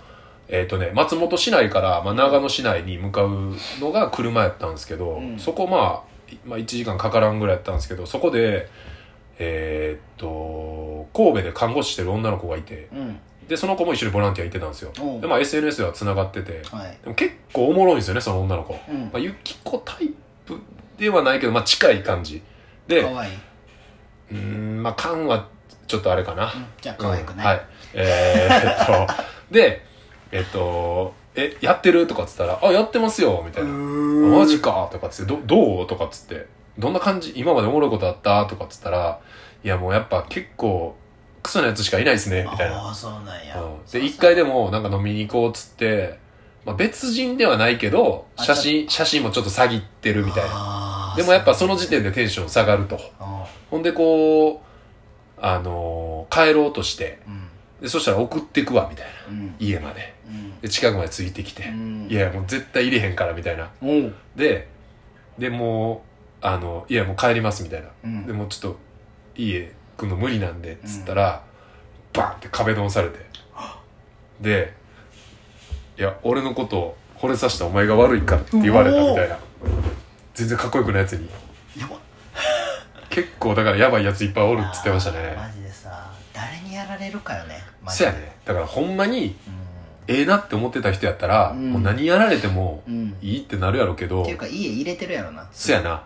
Speaker 2: えっ、とね松本市内から、まあ、長野市内に向かうのが車やったんですけど、
Speaker 1: うん
Speaker 2: そこまあ、いまあ、1時間かからんぐらいやったんですけどそこでえーっと神戸で看護師してる女の子がいて
Speaker 1: うん
Speaker 2: でその子も一緒にボランティア行ってたんですよ
Speaker 1: おう
Speaker 2: で、まあ、SNS では繋がってて
Speaker 1: はい
Speaker 2: でも結構おもろいんですよねその女の子、ま
Speaker 1: うん
Speaker 2: あ、ゆきこタイプではないけど、まあ、近い感じで
Speaker 1: 可愛いい、
Speaker 2: うーんまあ缶はちょっとあれかな、
Speaker 1: うん、じゃあ可愛くない、
Speaker 2: うんはいえーっと <laughs> でえっと「えやってる?」とかっつったら「あやってますよ」みたいな「
Speaker 1: マ
Speaker 2: マジか」とかっつって「どどう?」とかっつって「どんな感じ今までおもろいことあった?」とかっつったら「いやもうやっぱ結構クソなやつしかいないですね」みたいな
Speaker 1: ああそうなんや、
Speaker 2: うんで一回でもなんか飲みに行こうっつって、まあ、別人ではないけど
Speaker 1: あ
Speaker 2: 写真写真もちょっと詐欺ってるみたいな
Speaker 1: な
Speaker 2: でもやっぱその時点でテンション下がると
Speaker 1: あ
Speaker 2: ほんでこうあのー帰ろうとして
Speaker 1: ーうん
Speaker 2: でそしたら送ってくわみたいな
Speaker 1: うん
Speaker 2: 家まで
Speaker 1: うん
Speaker 2: で近くまでついてきて、
Speaker 1: うん
Speaker 2: いやもう絶対入れへんからみたいな
Speaker 1: おう
Speaker 2: ででもうあのいやもう帰りますみたいな
Speaker 1: うん
Speaker 2: でもうちょっと家来るの無理なんでっつったら、バンって壁ドンされてで「いや俺のこと惚れさせたお前が悪いから」って言われたみたいな全然かっこよくないやつに
Speaker 1: やば
Speaker 2: 結構だからやばいやついっぱいおるっつってました
Speaker 1: あー
Speaker 2: ね
Speaker 1: マジでさ誰にやられるかよねマジ
Speaker 2: そ
Speaker 1: で
Speaker 2: やねだからほんまに
Speaker 1: う
Speaker 2: ええなって思ってた人やったら、
Speaker 1: うん
Speaker 2: もう何やられても
Speaker 1: ん、うん、っ
Speaker 2: いいってなるやろうけど
Speaker 1: ていうか家入れてるやろな
Speaker 2: そやな、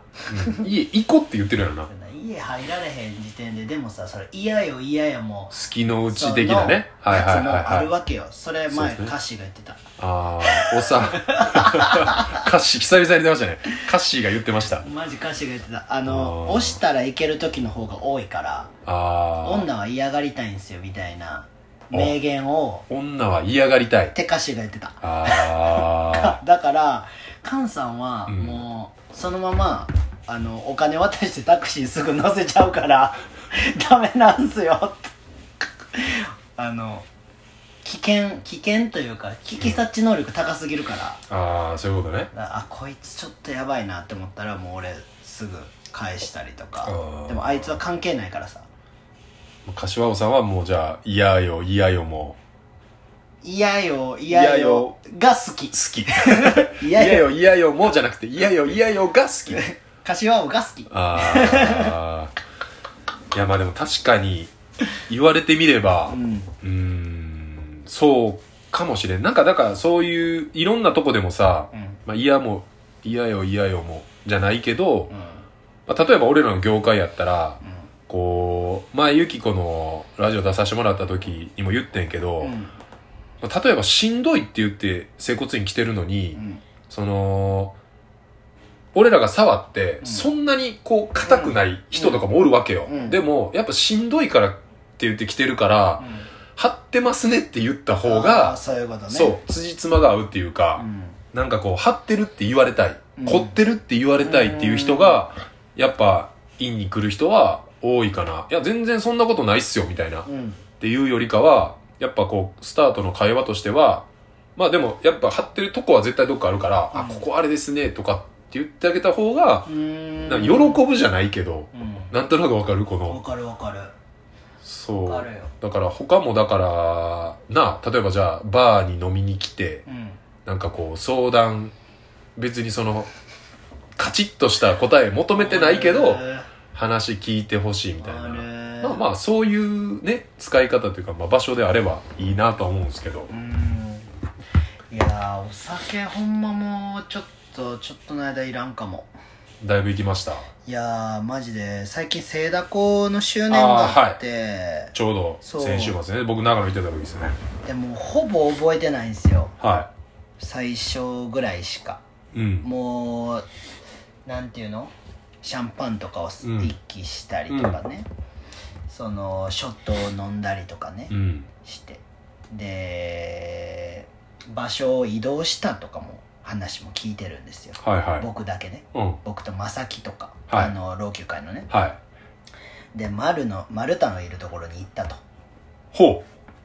Speaker 2: うん家行こうって言ってるやろ
Speaker 1: <laughs>
Speaker 2: な
Speaker 1: そうやな家入られへん時点ででもさそれ嫌よ嫌やもう
Speaker 2: 好きのうち的なね
Speaker 1: その
Speaker 2: はいはいはい
Speaker 1: やつもあ
Speaker 2: はい
Speaker 1: るわけよそれ
Speaker 2: そうで
Speaker 1: 前
Speaker 2: すね
Speaker 1: 歌詞が言ってた
Speaker 2: ああ、おっさん。 <laughs> カッシー、久々に出ましたね。カッシーが言ってました。
Speaker 1: マジ歌詞が言ってたあ
Speaker 2: あ
Speaker 1: の
Speaker 2: ー
Speaker 1: 押したらいける時の方が多いから
Speaker 2: あ
Speaker 1: 女は嫌がりたいんですよみたいな名言を
Speaker 2: あ、女は嫌がりたい
Speaker 1: っ。て歌詞が言ってた
Speaker 2: あ
Speaker 1: だから菅さんは
Speaker 2: うん
Speaker 1: もうそのままあのお金渡してタクシーすぐ乗せちゃうから <laughs> ダメなんすよってあの危険危険というか危機察知能力高すぎるから
Speaker 2: あ、ああ、そういうことね。
Speaker 1: あこいつちょっとやばいなって思ったらもう俺すぐ返したりとか
Speaker 2: あー
Speaker 1: でもあいつは関係ないからさ
Speaker 2: 柏尾さんはもうじゃあ、嫌よ、嫌よも
Speaker 1: 嫌よ嫌
Speaker 2: 嫌よ
Speaker 1: よが好き
Speaker 2: う、好き。
Speaker 1: 嫌
Speaker 2: 嫌
Speaker 1: よ
Speaker 2: よ、嫌よもうじゃなくて、嫌よ、嫌よが好き。
Speaker 1: 柏をが好き
Speaker 2: ああ。いや、まあでも確かに、言われてみれば
Speaker 1: う、ん
Speaker 2: うーん、そうかもしれん。なんか、だからそういう、いろんなとこでもさ、
Speaker 1: うん
Speaker 2: まあ、嫌も嫌よ嫌よもじゃないけど、
Speaker 1: うん
Speaker 2: まあ、例えば俺らの業界やったらこう前ゆき子のラジオ出させてもらった時にも言ってんけど、
Speaker 1: うんうん
Speaker 2: まあ、例えばしんどいって言って整骨院来てるのに、
Speaker 1: うん
Speaker 2: その俺らが触って、
Speaker 1: うん
Speaker 2: そんなにこう硬くない人とかもおるわけよ、
Speaker 1: うん
Speaker 2: でもやっぱしんどいからって言って来てるから、
Speaker 1: うん
Speaker 2: 張ってますねって言った方
Speaker 1: あー
Speaker 2: が、
Speaker 1: そういうことね
Speaker 2: そう辻褄が合うっていうか、
Speaker 1: うん
Speaker 2: なんかこう、張ってるって言われたい、
Speaker 1: うん
Speaker 2: 凝ってるって言われたいっていう人が、やっぱ、院に来る人は多いかな。いや、全然そんなことないっすよ、みたいな。っ
Speaker 1: うん
Speaker 2: ていうよりかは、やっぱこう、スタートの会話としては、まあでも、やっぱ張ってるとこは絶対どっかあるから、
Speaker 1: うん
Speaker 2: あ、ここあれですね、とかって言ってあげた方が、
Speaker 1: うーん
Speaker 2: なんか喜ぶじゃないけど、
Speaker 1: うん
Speaker 2: なんとなくわかるこ
Speaker 1: わ
Speaker 2: の、
Speaker 1: かるわかる
Speaker 2: そ
Speaker 1: わか
Speaker 2: う。
Speaker 1: るよ
Speaker 2: だから他もだから、なあ、例えばじゃあ、バーに飲みに来て、
Speaker 1: うん
Speaker 2: なんかこう相談別にそのカチッとした答え求めてないけど
Speaker 1: ある
Speaker 2: 話聞いてほしいみたいな
Speaker 1: ある
Speaker 2: まあまあそういうね使い方というか、まあ、場所であればいいなとは思うんですけど
Speaker 1: うんいやーお酒ほんまもうちょっとちょっとの間いらんかも
Speaker 2: だいぶ行きました
Speaker 1: いやーマジで最近聖田湖の周年があって
Speaker 2: ちょうど
Speaker 1: そう
Speaker 2: 先週末ね僕長野行ってた時ですね
Speaker 1: でもほぼ覚えてないんですよ
Speaker 2: は
Speaker 1: 最初ぐらいしか
Speaker 2: いうん
Speaker 1: もうなんていうのシャンパンとかを
Speaker 2: うん
Speaker 1: 一気したりとかね、そのショットを飲んだりとかね、
Speaker 2: うん
Speaker 1: してで場所を移動したとかも話も聞いてるんですよ、
Speaker 2: はいは
Speaker 1: 僕だけね
Speaker 2: いうん
Speaker 1: 僕と正樹とか、
Speaker 2: はい
Speaker 1: あの老朽会のね
Speaker 2: はい
Speaker 1: で丸の丸太のいるところに行ったと
Speaker 2: ほう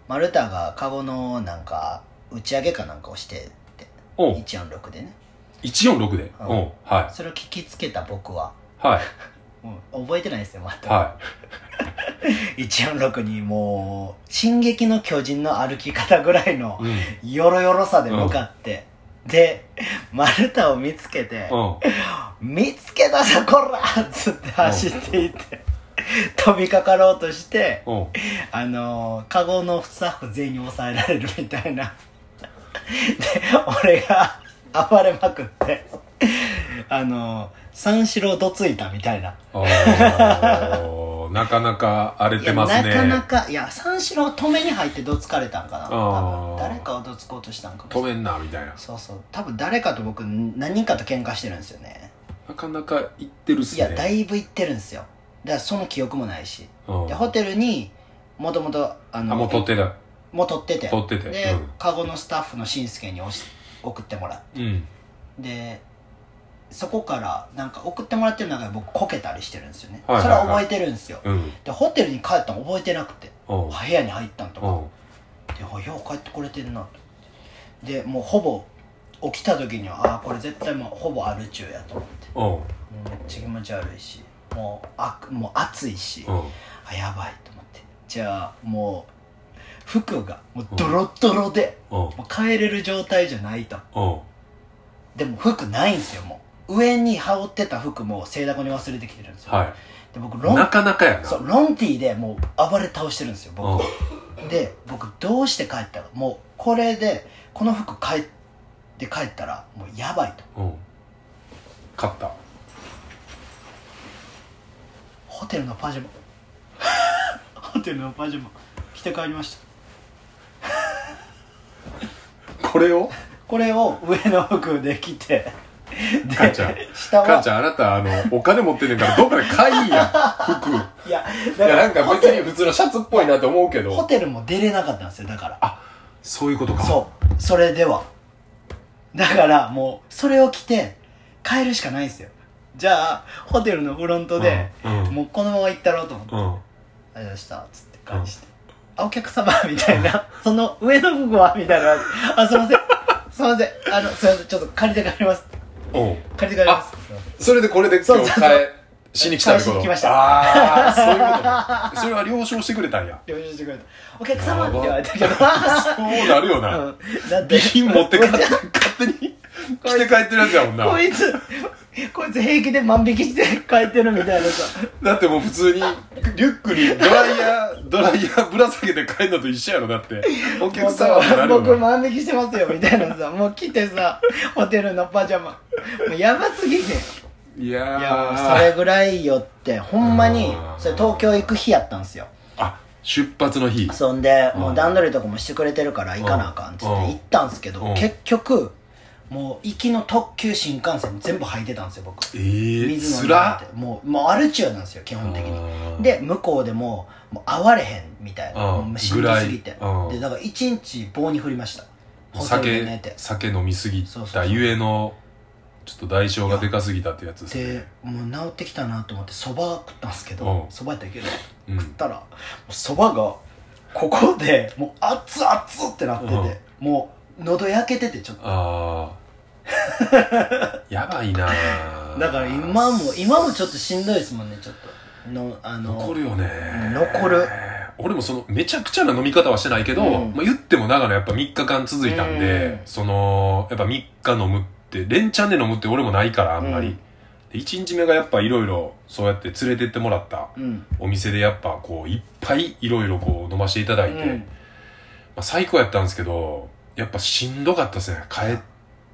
Speaker 1: 丸太がカゴのなんか打ち上げかなんかをしてって
Speaker 2: おう
Speaker 1: 146でね
Speaker 2: 146で
Speaker 1: うん
Speaker 2: うんは
Speaker 1: それを聞きつけた僕はい
Speaker 2: はい
Speaker 1: もう覚えてないですよまた、
Speaker 2: は
Speaker 1: 146にもう「進撃の巨人」の歩き方ぐらいの
Speaker 2: いうん
Speaker 1: よろよろさで向かって、で丸太を見つけて
Speaker 2: うん
Speaker 1: 見つけたぞこら!」っつって走っていって、飛びかかろうとして
Speaker 2: うん
Speaker 1: あのー、カゴのスタッフ全員に抑えられるみたいな。で、俺が暴れまくって、あのー、三四郎どついたみたいな。
Speaker 2: あーなかなか荒れ
Speaker 1: い
Speaker 2: て
Speaker 1: や、
Speaker 2: ます
Speaker 1: な
Speaker 2: ね
Speaker 1: かなか、いや、三四郎止めに入ってどつかれたんかな。
Speaker 2: あ
Speaker 1: 多
Speaker 2: ー
Speaker 1: 分誰かをどつこうとしたんかもしれ
Speaker 2: 止
Speaker 1: ない。
Speaker 2: めんなみたいな
Speaker 1: そうそう。多分誰かと僕、何人かと喧嘩してるんですよね。
Speaker 2: なかなか行ってるっす
Speaker 1: い
Speaker 2: ね
Speaker 1: や、だいぶ行ってるんですよ。だからその記憶もないし。
Speaker 2: うん
Speaker 1: で、ホテルに、もともと、あの、
Speaker 2: あもう取ってた
Speaker 1: もう取ってて。
Speaker 2: 取ってて
Speaker 1: で、カゴのスタッフのしんすけに押し送ってもら
Speaker 2: うん、うん、
Speaker 1: うでそこからなんか送ってもらってる中で僕こけたりしてるんですよね、
Speaker 2: はいはいはい
Speaker 1: それは覚えてるんですよ、
Speaker 2: うん
Speaker 1: でホテルに帰ったの覚えてなくて
Speaker 2: うん
Speaker 1: 部屋に入ったんと
Speaker 2: う
Speaker 1: か
Speaker 2: ん
Speaker 1: であよう帰ってこれてるなとでもうほぼ起きた時にはああこれ絶対もうほぼアル中やと思って
Speaker 2: うん
Speaker 1: めっちゃ気持ち悪いしもうあもう暑いし、
Speaker 2: うん
Speaker 1: あやばいと思ってじゃあもう服がもうドロッドロで、
Speaker 2: うん
Speaker 1: もう帰れる状態じゃないと
Speaker 2: うん
Speaker 1: でも服ないんですよもう上に羽織ってた服も清濁に忘れてきてるんですよ、
Speaker 2: は
Speaker 1: で僕
Speaker 2: い
Speaker 1: ロ
Speaker 2: な
Speaker 1: ン
Speaker 2: かなかやな
Speaker 1: そうロンティーでもう暴れ倒してるんですよ僕
Speaker 2: う
Speaker 1: で僕どうして帰ったかもうこれでこの服帰って帰ったらもうやばいと
Speaker 2: んうん勝った
Speaker 1: ホテルのパジャマ <laughs> ホテルのパジャマ着て帰りました
Speaker 2: これを
Speaker 1: これを上の服で着てで
Speaker 2: 母ちゃん
Speaker 1: 下
Speaker 2: 母
Speaker 1: は
Speaker 2: ちゃんあなたあのお金持ってんねんからどっかで買いや
Speaker 1: <laughs>
Speaker 2: 服い
Speaker 1: いやだ
Speaker 2: や
Speaker 1: か
Speaker 2: な
Speaker 1: ら
Speaker 2: んか別に普通のシャツっぽいなと思うけ
Speaker 1: ホ
Speaker 2: ど
Speaker 1: テルも出れなかったんですよだから
Speaker 2: そういうことか
Speaker 1: そうそれではだからもうそれを着て帰るしかないんですよじゃあホテルのフロントで、
Speaker 2: うんうん
Speaker 1: もうこのまま行ったろうと思って「
Speaker 2: うん
Speaker 1: ありがとうございました」っつって返して「あお客様」 <laughs> みたいな「その上の服は」みたいな「あすいませんすいませんあのすいませんちょっと借りて帰ります
Speaker 2: うん
Speaker 1: 借りて帰ります」すいません
Speaker 2: それでこれで今
Speaker 1: そう
Speaker 2: 日
Speaker 1: そうそう
Speaker 2: 返しに来たってこと
Speaker 1: 返しに来ました
Speaker 2: ああそういうことねそれは了承してくれたんや
Speaker 1: 了承してくれた「お客様」って言われたけど <laughs> う
Speaker 2: そうなるよな、
Speaker 1: んだって
Speaker 2: 備品持ってかって勝手に着て帰ってるやつやもんな
Speaker 1: こいつこいつ平気で万引きして帰ってるみたいなさ
Speaker 2: だってもう普通にリュックにドライヤードライヤーぶら下げて帰るのと一緒やろだってお客様ってなるよ
Speaker 1: 僕
Speaker 2: な
Speaker 1: 万引きしてますよみたいなさもう来てさホテルのパジャマもうやばすぎて
Speaker 2: い
Speaker 1: いや
Speaker 2: や
Speaker 1: もう
Speaker 2: ー
Speaker 1: それぐらいよってほんまに
Speaker 2: うん
Speaker 1: それ東京行く日やったんですよ
Speaker 2: あ出発の日
Speaker 1: そんで
Speaker 2: うん
Speaker 1: もう段取りとかもしてくれてるから行かなあかんっつって
Speaker 2: うん
Speaker 1: 行ったんですけ
Speaker 2: う
Speaker 1: ど
Speaker 2: ん
Speaker 1: 結局もう行きの特急新幹線全部履いてたんですよ僕
Speaker 2: えー、
Speaker 1: 水
Speaker 2: つ
Speaker 1: 飲んだっ
Speaker 2: ら
Speaker 1: てもうもうアルチューなんですよ基本的にで向こうでももう会われへんみたいな
Speaker 2: うん
Speaker 1: もうしんどすぎて
Speaker 2: ぐらいうん
Speaker 1: でだから一日棒に振りましたホテルで寝
Speaker 2: 酒
Speaker 1: て
Speaker 2: 酒飲みすぎ
Speaker 1: そうそうそ
Speaker 2: た
Speaker 1: う
Speaker 2: ゆえのちょっと代償がでかすぎたってやつです
Speaker 1: で
Speaker 2: ね
Speaker 1: もう治ってきたなと思ってそば食ったんですけ
Speaker 2: う
Speaker 1: ど
Speaker 2: ん
Speaker 1: そばやったらいける
Speaker 2: うん
Speaker 1: 食ったらそばがここでもう熱々ってなっててもう喉焼けててちょっと
Speaker 2: ああ <laughs> やばいなー
Speaker 1: だから今も今もちょっとしんどいですもんねちょっとのあの
Speaker 2: 残るよね
Speaker 1: 残る
Speaker 2: 俺もそのめちゃくちゃな飲み方はしてないけど、
Speaker 1: うん
Speaker 2: まあ、言っても長野やっぱ3日間続いたんで、
Speaker 1: うん
Speaker 2: そのやっぱ3日飲むって連チャンで飲むって俺もないからあんまり、
Speaker 1: うん
Speaker 2: で1日目がやっぱいろいろそうやって連れてってもらった
Speaker 1: うん
Speaker 2: お店でやっぱこういっぱいいろいろこう飲ませていただいて、
Speaker 1: うん
Speaker 2: まあ、最高やったんですけどやっぱしんどかったですね帰っ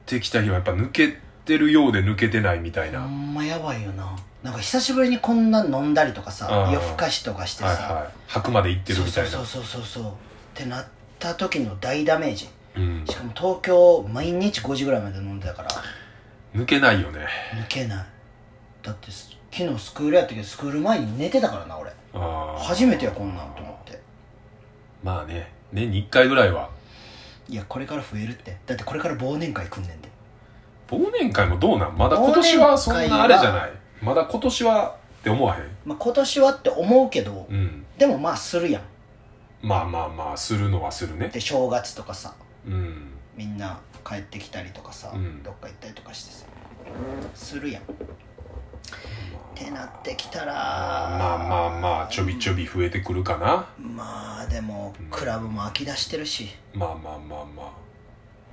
Speaker 2: てきた日はやっぱ抜けてるようで抜けてないみたいな、
Speaker 1: ほんまやばいよななんか久しぶりにこんな飲んだりとかさ
Speaker 2: うん
Speaker 1: 夜更かしとかして
Speaker 2: はい
Speaker 1: さ
Speaker 2: はい吐くまで行ってる
Speaker 1: そう
Speaker 2: み
Speaker 1: そ
Speaker 2: たいうな
Speaker 1: そうそうそうそうってなった時の大ダメージ
Speaker 2: うん
Speaker 1: しかも東京毎日5時ぐらいまで飲んでたから
Speaker 2: 抜けないよね
Speaker 1: 抜けないだってす昨日スクールやったけどスクール前に寝てたからな俺
Speaker 2: あー
Speaker 1: 初めてやこんなんと思って
Speaker 2: まあね年に1回ぐらいはい
Speaker 1: やこれから増えるってだってこれから忘年会組んでんで
Speaker 2: 忘年会もどうなんまだ今年はそん
Speaker 1: 忘年会
Speaker 2: な
Speaker 1: は
Speaker 2: あれじゃないまだ今年はって思わへん
Speaker 1: まあ今年はって思うけど
Speaker 2: うん
Speaker 1: でもまあするやん
Speaker 2: まあまあまあするのはするね
Speaker 1: で正月とかさ
Speaker 2: うん
Speaker 1: みんな帰ってきたりとかさ、
Speaker 2: うん
Speaker 1: どっか行ったりとかしてさするやんってなってきたら
Speaker 2: まあまあまあちょびちょび増えてくるかな
Speaker 1: まあでも
Speaker 2: うん
Speaker 1: クラブも飽き出してるし
Speaker 2: まあまあまあまあ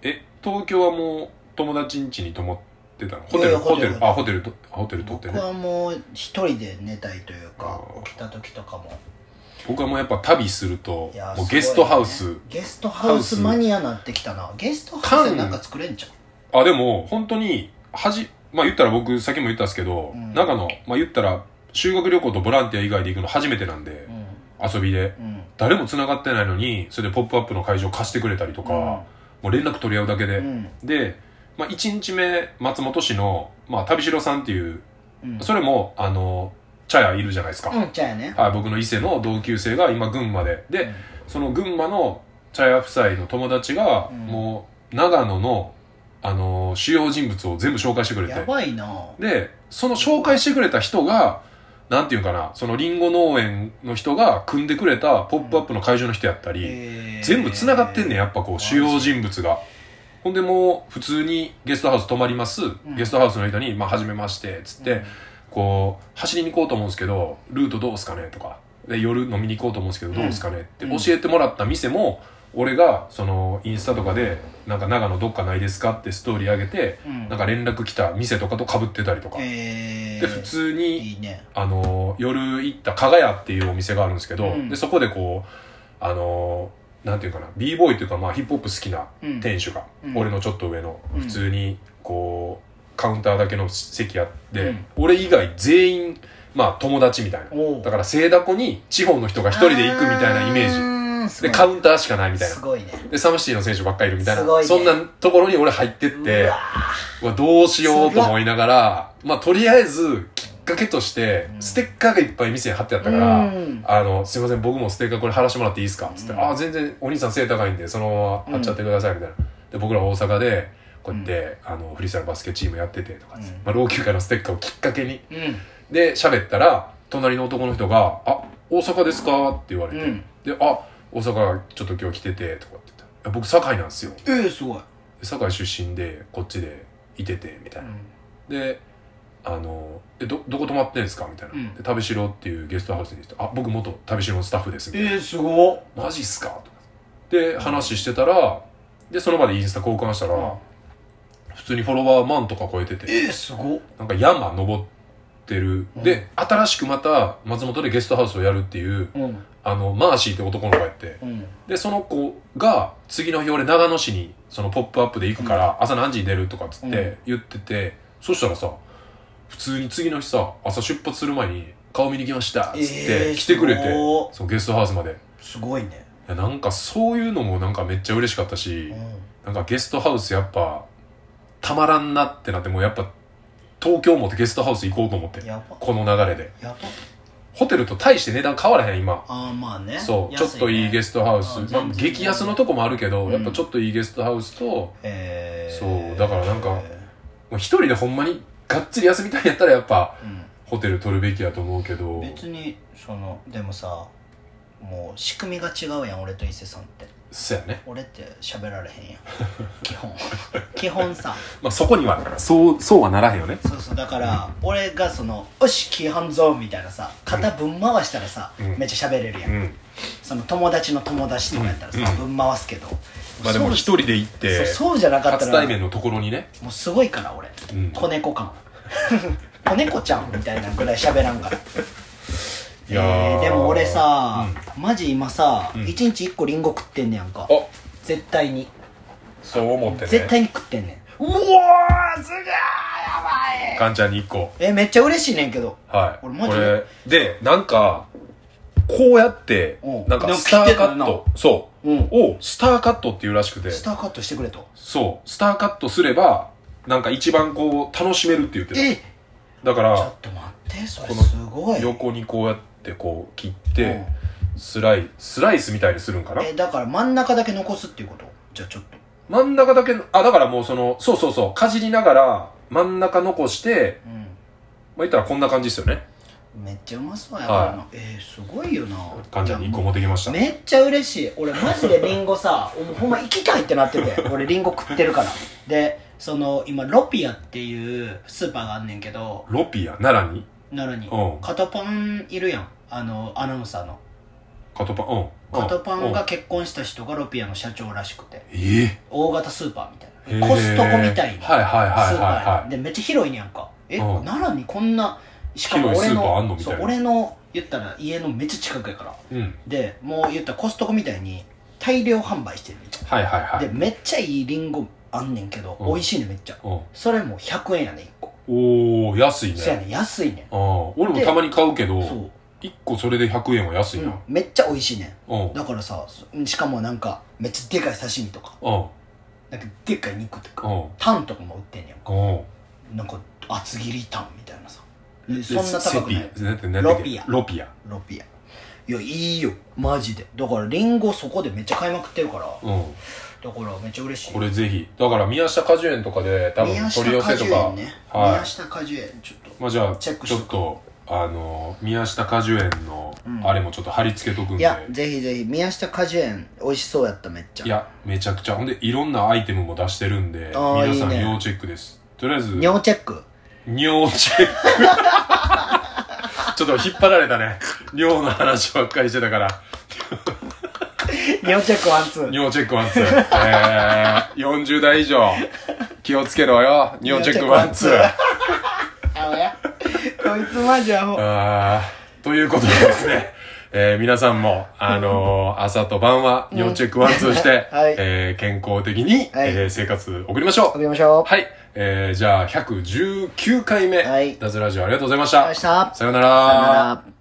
Speaker 2: え東京はもう友達ん家に泊まっってたのホテル、
Speaker 1: いや
Speaker 2: ホテ
Speaker 1: ホテ
Speaker 2: ル、
Speaker 1: ル
Speaker 2: あ、ホテルと、ホテル取って
Speaker 1: 僕
Speaker 2: ね。
Speaker 1: はもう一人で寝たいというか
Speaker 2: あー
Speaker 1: 起きた時とかも
Speaker 2: 僕はもうやっぱ旅すると
Speaker 1: いや、
Speaker 2: も
Speaker 1: すご
Speaker 2: う
Speaker 1: い
Speaker 2: ゲ
Speaker 1: ね
Speaker 2: ストハウス、
Speaker 1: ゲストハウスマニアなってきたなゲストハウスでなんか作れんじゃん
Speaker 2: あ、でも、本当に、はじ、まあ言ったら僕、さっきも言ったんですけど、
Speaker 1: うん
Speaker 2: 長野、まあ言ったら、修学旅行とボランティア以外で行くの初めてなんで、遊びで。
Speaker 1: うんうん
Speaker 2: 誰も繋がってないのに、それでポップアップの会場貸してくれたりとか、もう連絡取り合うだけで。
Speaker 1: うん
Speaker 2: で、まあ1日目、松本市の、まあ旅城さんっていう、
Speaker 1: うん
Speaker 2: それも、あの、茶屋いるじゃないですか。
Speaker 1: うんちゃうやね
Speaker 2: はい、僕の伊勢の同級生が今群馬で。で、
Speaker 1: うん
Speaker 2: その群馬の茶屋夫妻の友達が、
Speaker 1: うん
Speaker 2: もう長野の、あのー主要人物を全部紹介してくれて
Speaker 1: やばいな
Speaker 2: でその紹介してくれた人がなんていうかなそのりんご農園の人が組んでくれた「ポップアップの会場の人やったり、全
Speaker 1: 全
Speaker 2: 部つながってんねんやっぱこう主要人物が。ほんでもう普通にゲストハウス泊まります、
Speaker 1: ん
Speaker 2: ゲストハウスの人に「まあ、初めまして」っつって、こう走りに行こうと思うんですけどルートどうすかねとかで夜飲みに行こうと思うんですけどどうすかねって
Speaker 1: うん
Speaker 2: 教えてもらった店も、俺がそのインスタとかで「なんか長野どっかないですか?」ってストーリー上げて、
Speaker 1: うん
Speaker 2: なんか連絡来た店とかと被ってたりとか、
Speaker 1: えー
Speaker 2: で普通に、
Speaker 1: いいね
Speaker 2: あの夜行った加賀屋っていうお店があるんですけど、
Speaker 1: うん
Speaker 2: でそこでこうあのなんていうかな b ボーイというか、まあ、ヒップホップ好きな
Speaker 1: うん
Speaker 2: 店主が、
Speaker 1: うん
Speaker 2: 俺のちょっと上の、
Speaker 1: うん
Speaker 2: 普通にこうカウンターだけの席あって、
Speaker 1: うん
Speaker 2: 俺以外全員まあ友達みたいな
Speaker 1: おう
Speaker 2: だから清田湖に地方の人が一人で行くみたいなイメー
Speaker 1: ー
Speaker 2: ジ
Speaker 1: ジ
Speaker 2: でカウンターしかないみたい
Speaker 1: す
Speaker 2: な
Speaker 1: ごいね
Speaker 2: でサムシティの選手ばっかりいるみたいな
Speaker 1: すごいね
Speaker 2: そんなところに俺入ってって
Speaker 1: うわ
Speaker 2: うわどうしようと思いながらまあとりあえずきっかけとして
Speaker 1: うん
Speaker 2: ステッカーがいっぱい店に貼ってあったから、
Speaker 1: うん
Speaker 2: あの、すいません、僕もステッカーこれ貼らしてもらっていいですかつって、
Speaker 1: うん
Speaker 2: ああ、全然お兄さん背高いんで、そのまま貼っちゃってください、みたいな。で、僕ら大阪で、こうやって、あの、フリースタイルバスケチームやってて、とかっつって
Speaker 1: うん
Speaker 2: まあ、老朽化のステッカーをきっかけに。
Speaker 1: うん
Speaker 2: で、喋ったら、隣の男の人が、あ、大阪ですかって言われて、
Speaker 1: うん
Speaker 2: で、あ、大阪ちょっと今日来てて、とかって言ったいや僕、堺なんですよ。で
Speaker 1: えーすごい
Speaker 2: 堺出身で、こっちでいてて、みたいな。で、あの、え、ど、どこ泊まってんですかみたいな。
Speaker 1: うん
Speaker 2: で、旅しろっていうゲストハウスに行って、あ、僕元旅しろのスタッフです、みたいな。
Speaker 1: えーすごっ
Speaker 2: マジっすかとで話してたらでその場でインスタ交換したら、普通にフォロワー万とか超えて
Speaker 1: え
Speaker 2: て
Speaker 1: ーすごっ
Speaker 2: なんか山登ってる、
Speaker 1: うん
Speaker 2: で新しくまた松本でゲストハウスをやるっていう
Speaker 1: うん
Speaker 2: あのマーシーって男の子がやって
Speaker 1: うん
Speaker 2: でその子が次の日俺長野市にその「ポップアップで行くから、朝何時に出るとかっつっ
Speaker 1: うん
Speaker 2: て言ってて、そしたらさ普通に次の日さ朝出発する前に顔見に来ましたっつって、
Speaker 1: えー
Speaker 2: 来てくれて
Speaker 1: すごっ
Speaker 2: そのゲストハウスまです
Speaker 1: ごいね
Speaker 2: いやなんかそういうのもなんかめっちゃ嬉しかったし、
Speaker 1: う
Speaker 2: なんかゲストハウスやっぱたまらんなってなってもうやっぱ東京もってゲストハウス行こうと思って
Speaker 1: んやば
Speaker 2: この流れで
Speaker 1: やば
Speaker 2: ホテルと大して値段変わらへん今
Speaker 1: ああまあね
Speaker 2: そう、ちょっといいゲ
Speaker 1: ス
Speaker 2: ストハウス
Speaker 1: あー
Speaker 2: まあ
Speaker 1: 全、然
Speaker 2: 激安のとこもあるけど、
Speaker 1: うん
Speaker 2: やっぱちょっといいゲストハウスと
Speaker 1: えー
Speaker 2: そうだからなんかもう一人でほんまにがっつり休みたいんやったらやっぱ
Speaker 1: うん
Speaker 2: ホテル取るべきやと思うけど
Speaker 1: 別にそのでもさもう仕組みが違うやん俺と伊勢さんって
Speaker 2: そやね、
Speaker 1: 俺って喋られへんやん基本 <laughs> 基本さ
Speaker 2: まあ、そこにはそうそうはならへんよね
Speaker 1: そうそうだから俺がその「よし規範ぞ」みたいなさ肩ぶん回したらさ、
Speaker 2: うん
Speaker 1: めっちゃ喋れるやん、
Speaker 2: うん
Speaker 1: その友達の友達とかやったらさ、
Speaker 2: う
Speaker 1: ぶん回すけど
Speaker 2: まあでも一
Speaker 1: そう
Speaker 2: 人で行って
Speaker 1: そうそうじゃなかった
Speaker 2: 初
Speaker 1: ら
Speaker 2: 対面のところにね、
Speaker 1: もうすごいから俺、
Speaker 2: うん
Speaker 1: 子猫感 <laughs> 子猫ちゃんみたいなぐらい喋らんから
Speaker 2: いやー
Speaker 1: えーでも俺さ、マジ今さ、一日一個リンゴ食ってんねやんか
Speaker 2: あ
Speaker 1: 絶対に
Speaker 2: そう思ってね
Speaker 1: 絶対に食ってんねんうわーすげーやばい
Speaker 2: かんちゃんに1個
Speaker 1: えめっちゃ嬉しいねんけど
Speaker 2: はい
Speaker 1: 俺マジ
Speaker 2: これでなんかこうやって
Speaker 1: うん
Speaker 2: なん
Speaker 1: で
Speaker 2: か
Speaker 1: も
Speaker 2: スタ
Speaker 1: 切
Speaker 2: ーカ
Speaker 1: って
Speaker 2: ッ
Speaker 1: たよ
Speaker 2: トそう、
Speaker 1: うん
Speaker 2: をスターカットっていうらしくて
Speaker 1: スターカットしてくれと
Speaker 2: そうスターカットすればなんか一番こう楽しめるって言ってた
Speaker 1: え
Speaker 2: だか
Speaker 1: ちょっ
Speaker 2: ら
Speaker 1: と待ってそれ
Speaker 2: この
Speaker 1: すごい
Speaker 2: 横にこうやってこう切って、スライスライスみたいにするんかな
Speaker 1: えだから真ん中だけ残すっていうことじゃあちょっと
Speaker 2: 真ん中だけのあだからもうそのそうそうそうかじりながら真ん中残して
Speaker 1: う
Speaker 2: まあ言ったらこんな感じですよね
Speaker 1: んめっちゃうまそうやからな、えー、すごいよな
Speaker 2: かんちゃんに1個持ってきました
Speaker 1: めっちゃ嬉しい俺マジでリンゴさ <laughs> もうほんま行きたいってなってて俺リンゴ食ってるからでその今ロピアっていうスーパーがあんねんけど
Speaker 2: ロピア奈良に
Speaker 1: 奈良に
Speaker 2: うん
Speaker 1: カタパンいるやんあのアナウンサーの
Speaker 2: カトパンうんうん
Speaker 1: カトパン
Speaker 2: う
Speaker 1: が
Speaker 2: ん
Speaker 1: 結婚した人がロピアの社長らしくて
Speaker 2: え
Speaker 1: 大型スーパーみたい
Speaker 2: え
Speaker 1: なコストコみたいなスーパ
Speaker 2: はいはいはい
Speaker 1: ーや
Speaker 2: はいはい
Speaker 1: でめっちゃ広いねやんかえ
Speaker 2: うん
Speaker 1: 奈良にこんなしかも
Speaker 2: 広
Speaker 1: 俺
Speaker 2: いスーパーあんの
Speaker 1: の
Speaker 2: みたい
Speaker 1: そ
Speaker 2: な
Speaker 1: う俺の言ったら家のめっちゃ近くやから
Speaker 2: うん
Speaker 1: でもう言ったらコストコみたいに大量販売してるみたい
Speaker 2: はいはいは
Speaker 1: な、
Speaker 2: い
Speaker 1: でめっちゃいいリンゴあんねんけど、
Speaker 2: う
Speaker 1: 美
Speaker 2: ん
Speaker 1: 味しいねめっちゃ
Speaker 2: うん
Speaker 1: それも100円やね1個
Speaker 2: おー安い
Speaker 1: そや
Speaker 2: ね
Speaker 1: ねん安いねん
Speaker 2: ああ俺もたまに買うけど
Speaker 1: そう、
Speaker 2: 1個それで100円は安い
Speaker 1: うん
Speaker 2: な、
Speaker 1: めっちゃ美味しいね
Speaker 2: うんうん
Speaker 1: んだからさそしかもなんかめっちゃでかい刺身とか
Speaker 2: う
Speaker 1: なんかでっかい肉とか
Speaker 2: ん
Speaker 1: タンとかも売ってんねやんか
Speaker 2: うん
Speaker 1: なんか厚切りタンみたいなさで
Speaker 2: で
Speaker 1: そんな
Speaker 2: セ
Speaker 1: 高くない
Speaker 2: ピなんてなんて
Speaker 1: ロピア
Speaker 2: ロピア
Speaker 1: ロピアいやいいよマジでだからリンゴそこでめっちゃ買いまくってるから
Speaker 2: うん
Speaker 1: だからめっちゃ嬉しい
Speaker 2: これぜひだから宮下果樹園とかで多分
Speaker 1: 宮下
Speaker 2: 取り寄せと
Speaker 1: 果樹
Speaker 2: か
Speaker 1: 園ね、
Speaker 2: はい
Speaker 1: 宮下果樹園ちょっと
Speaker 2: まあじゃあ
Speaker 1: チ
Speaker 2: ち
Speaker 1: ェ
Speaker 2: ょ
Speaker 1: ックしと
Speaker 2: っ
Speaker 1: く
Speaker 2: とあの宮下果樹園の
Speaker 1: うん
Speaker 2: あれもちょっと貼り付けとくん
Speaker 1: い
Speaker 2: で、
Speaker 1: やぜひぜひ宮下果樹園美味しそうやっためっちゃ
Speaker 2: いやめちゃくちゃほんでいろんなアイテムも出してるんで
Speaker 1: あー
Speaker 2: 皆さん
Speaker 1: いいね
Speaker 2: 要チェックですとりあえず
Speaker 1: 尿チェック
Speaker 2: 尿チェック <laughs> ちょっと引っ張られたね尿の話ばっかりしてたから
Speaker 1: <laughs> 尿チェックワンツー
Speaker 2: 尿チェックワンツー、えー、40代以上気をつけろよ尿チェックワンツー
Speaker 1: あおやこいつマジアホ
Speaker 2: あーということでですね、えー皆さんも、あのー朝と晩は尿チェックワンツーして、 <laughs>
Speaker 1: はい
Speaker 2: えー健康的に、
Speaker 1: はい
Speaker 2: えー生活送りましょ
Speaker 1: 食
Speaker 2: う。
Speaker 1: べましょう
Speaker 2: はい。えーじゃあ、119回目、
Speaker 1: はい
Speaker 2: 脱ラジオありがとうございました。
Speaker 1: ありがとうございました
Speaker 2: さよ
Speaker 1: さよ
Speaker 2: う
Speaker 1: なら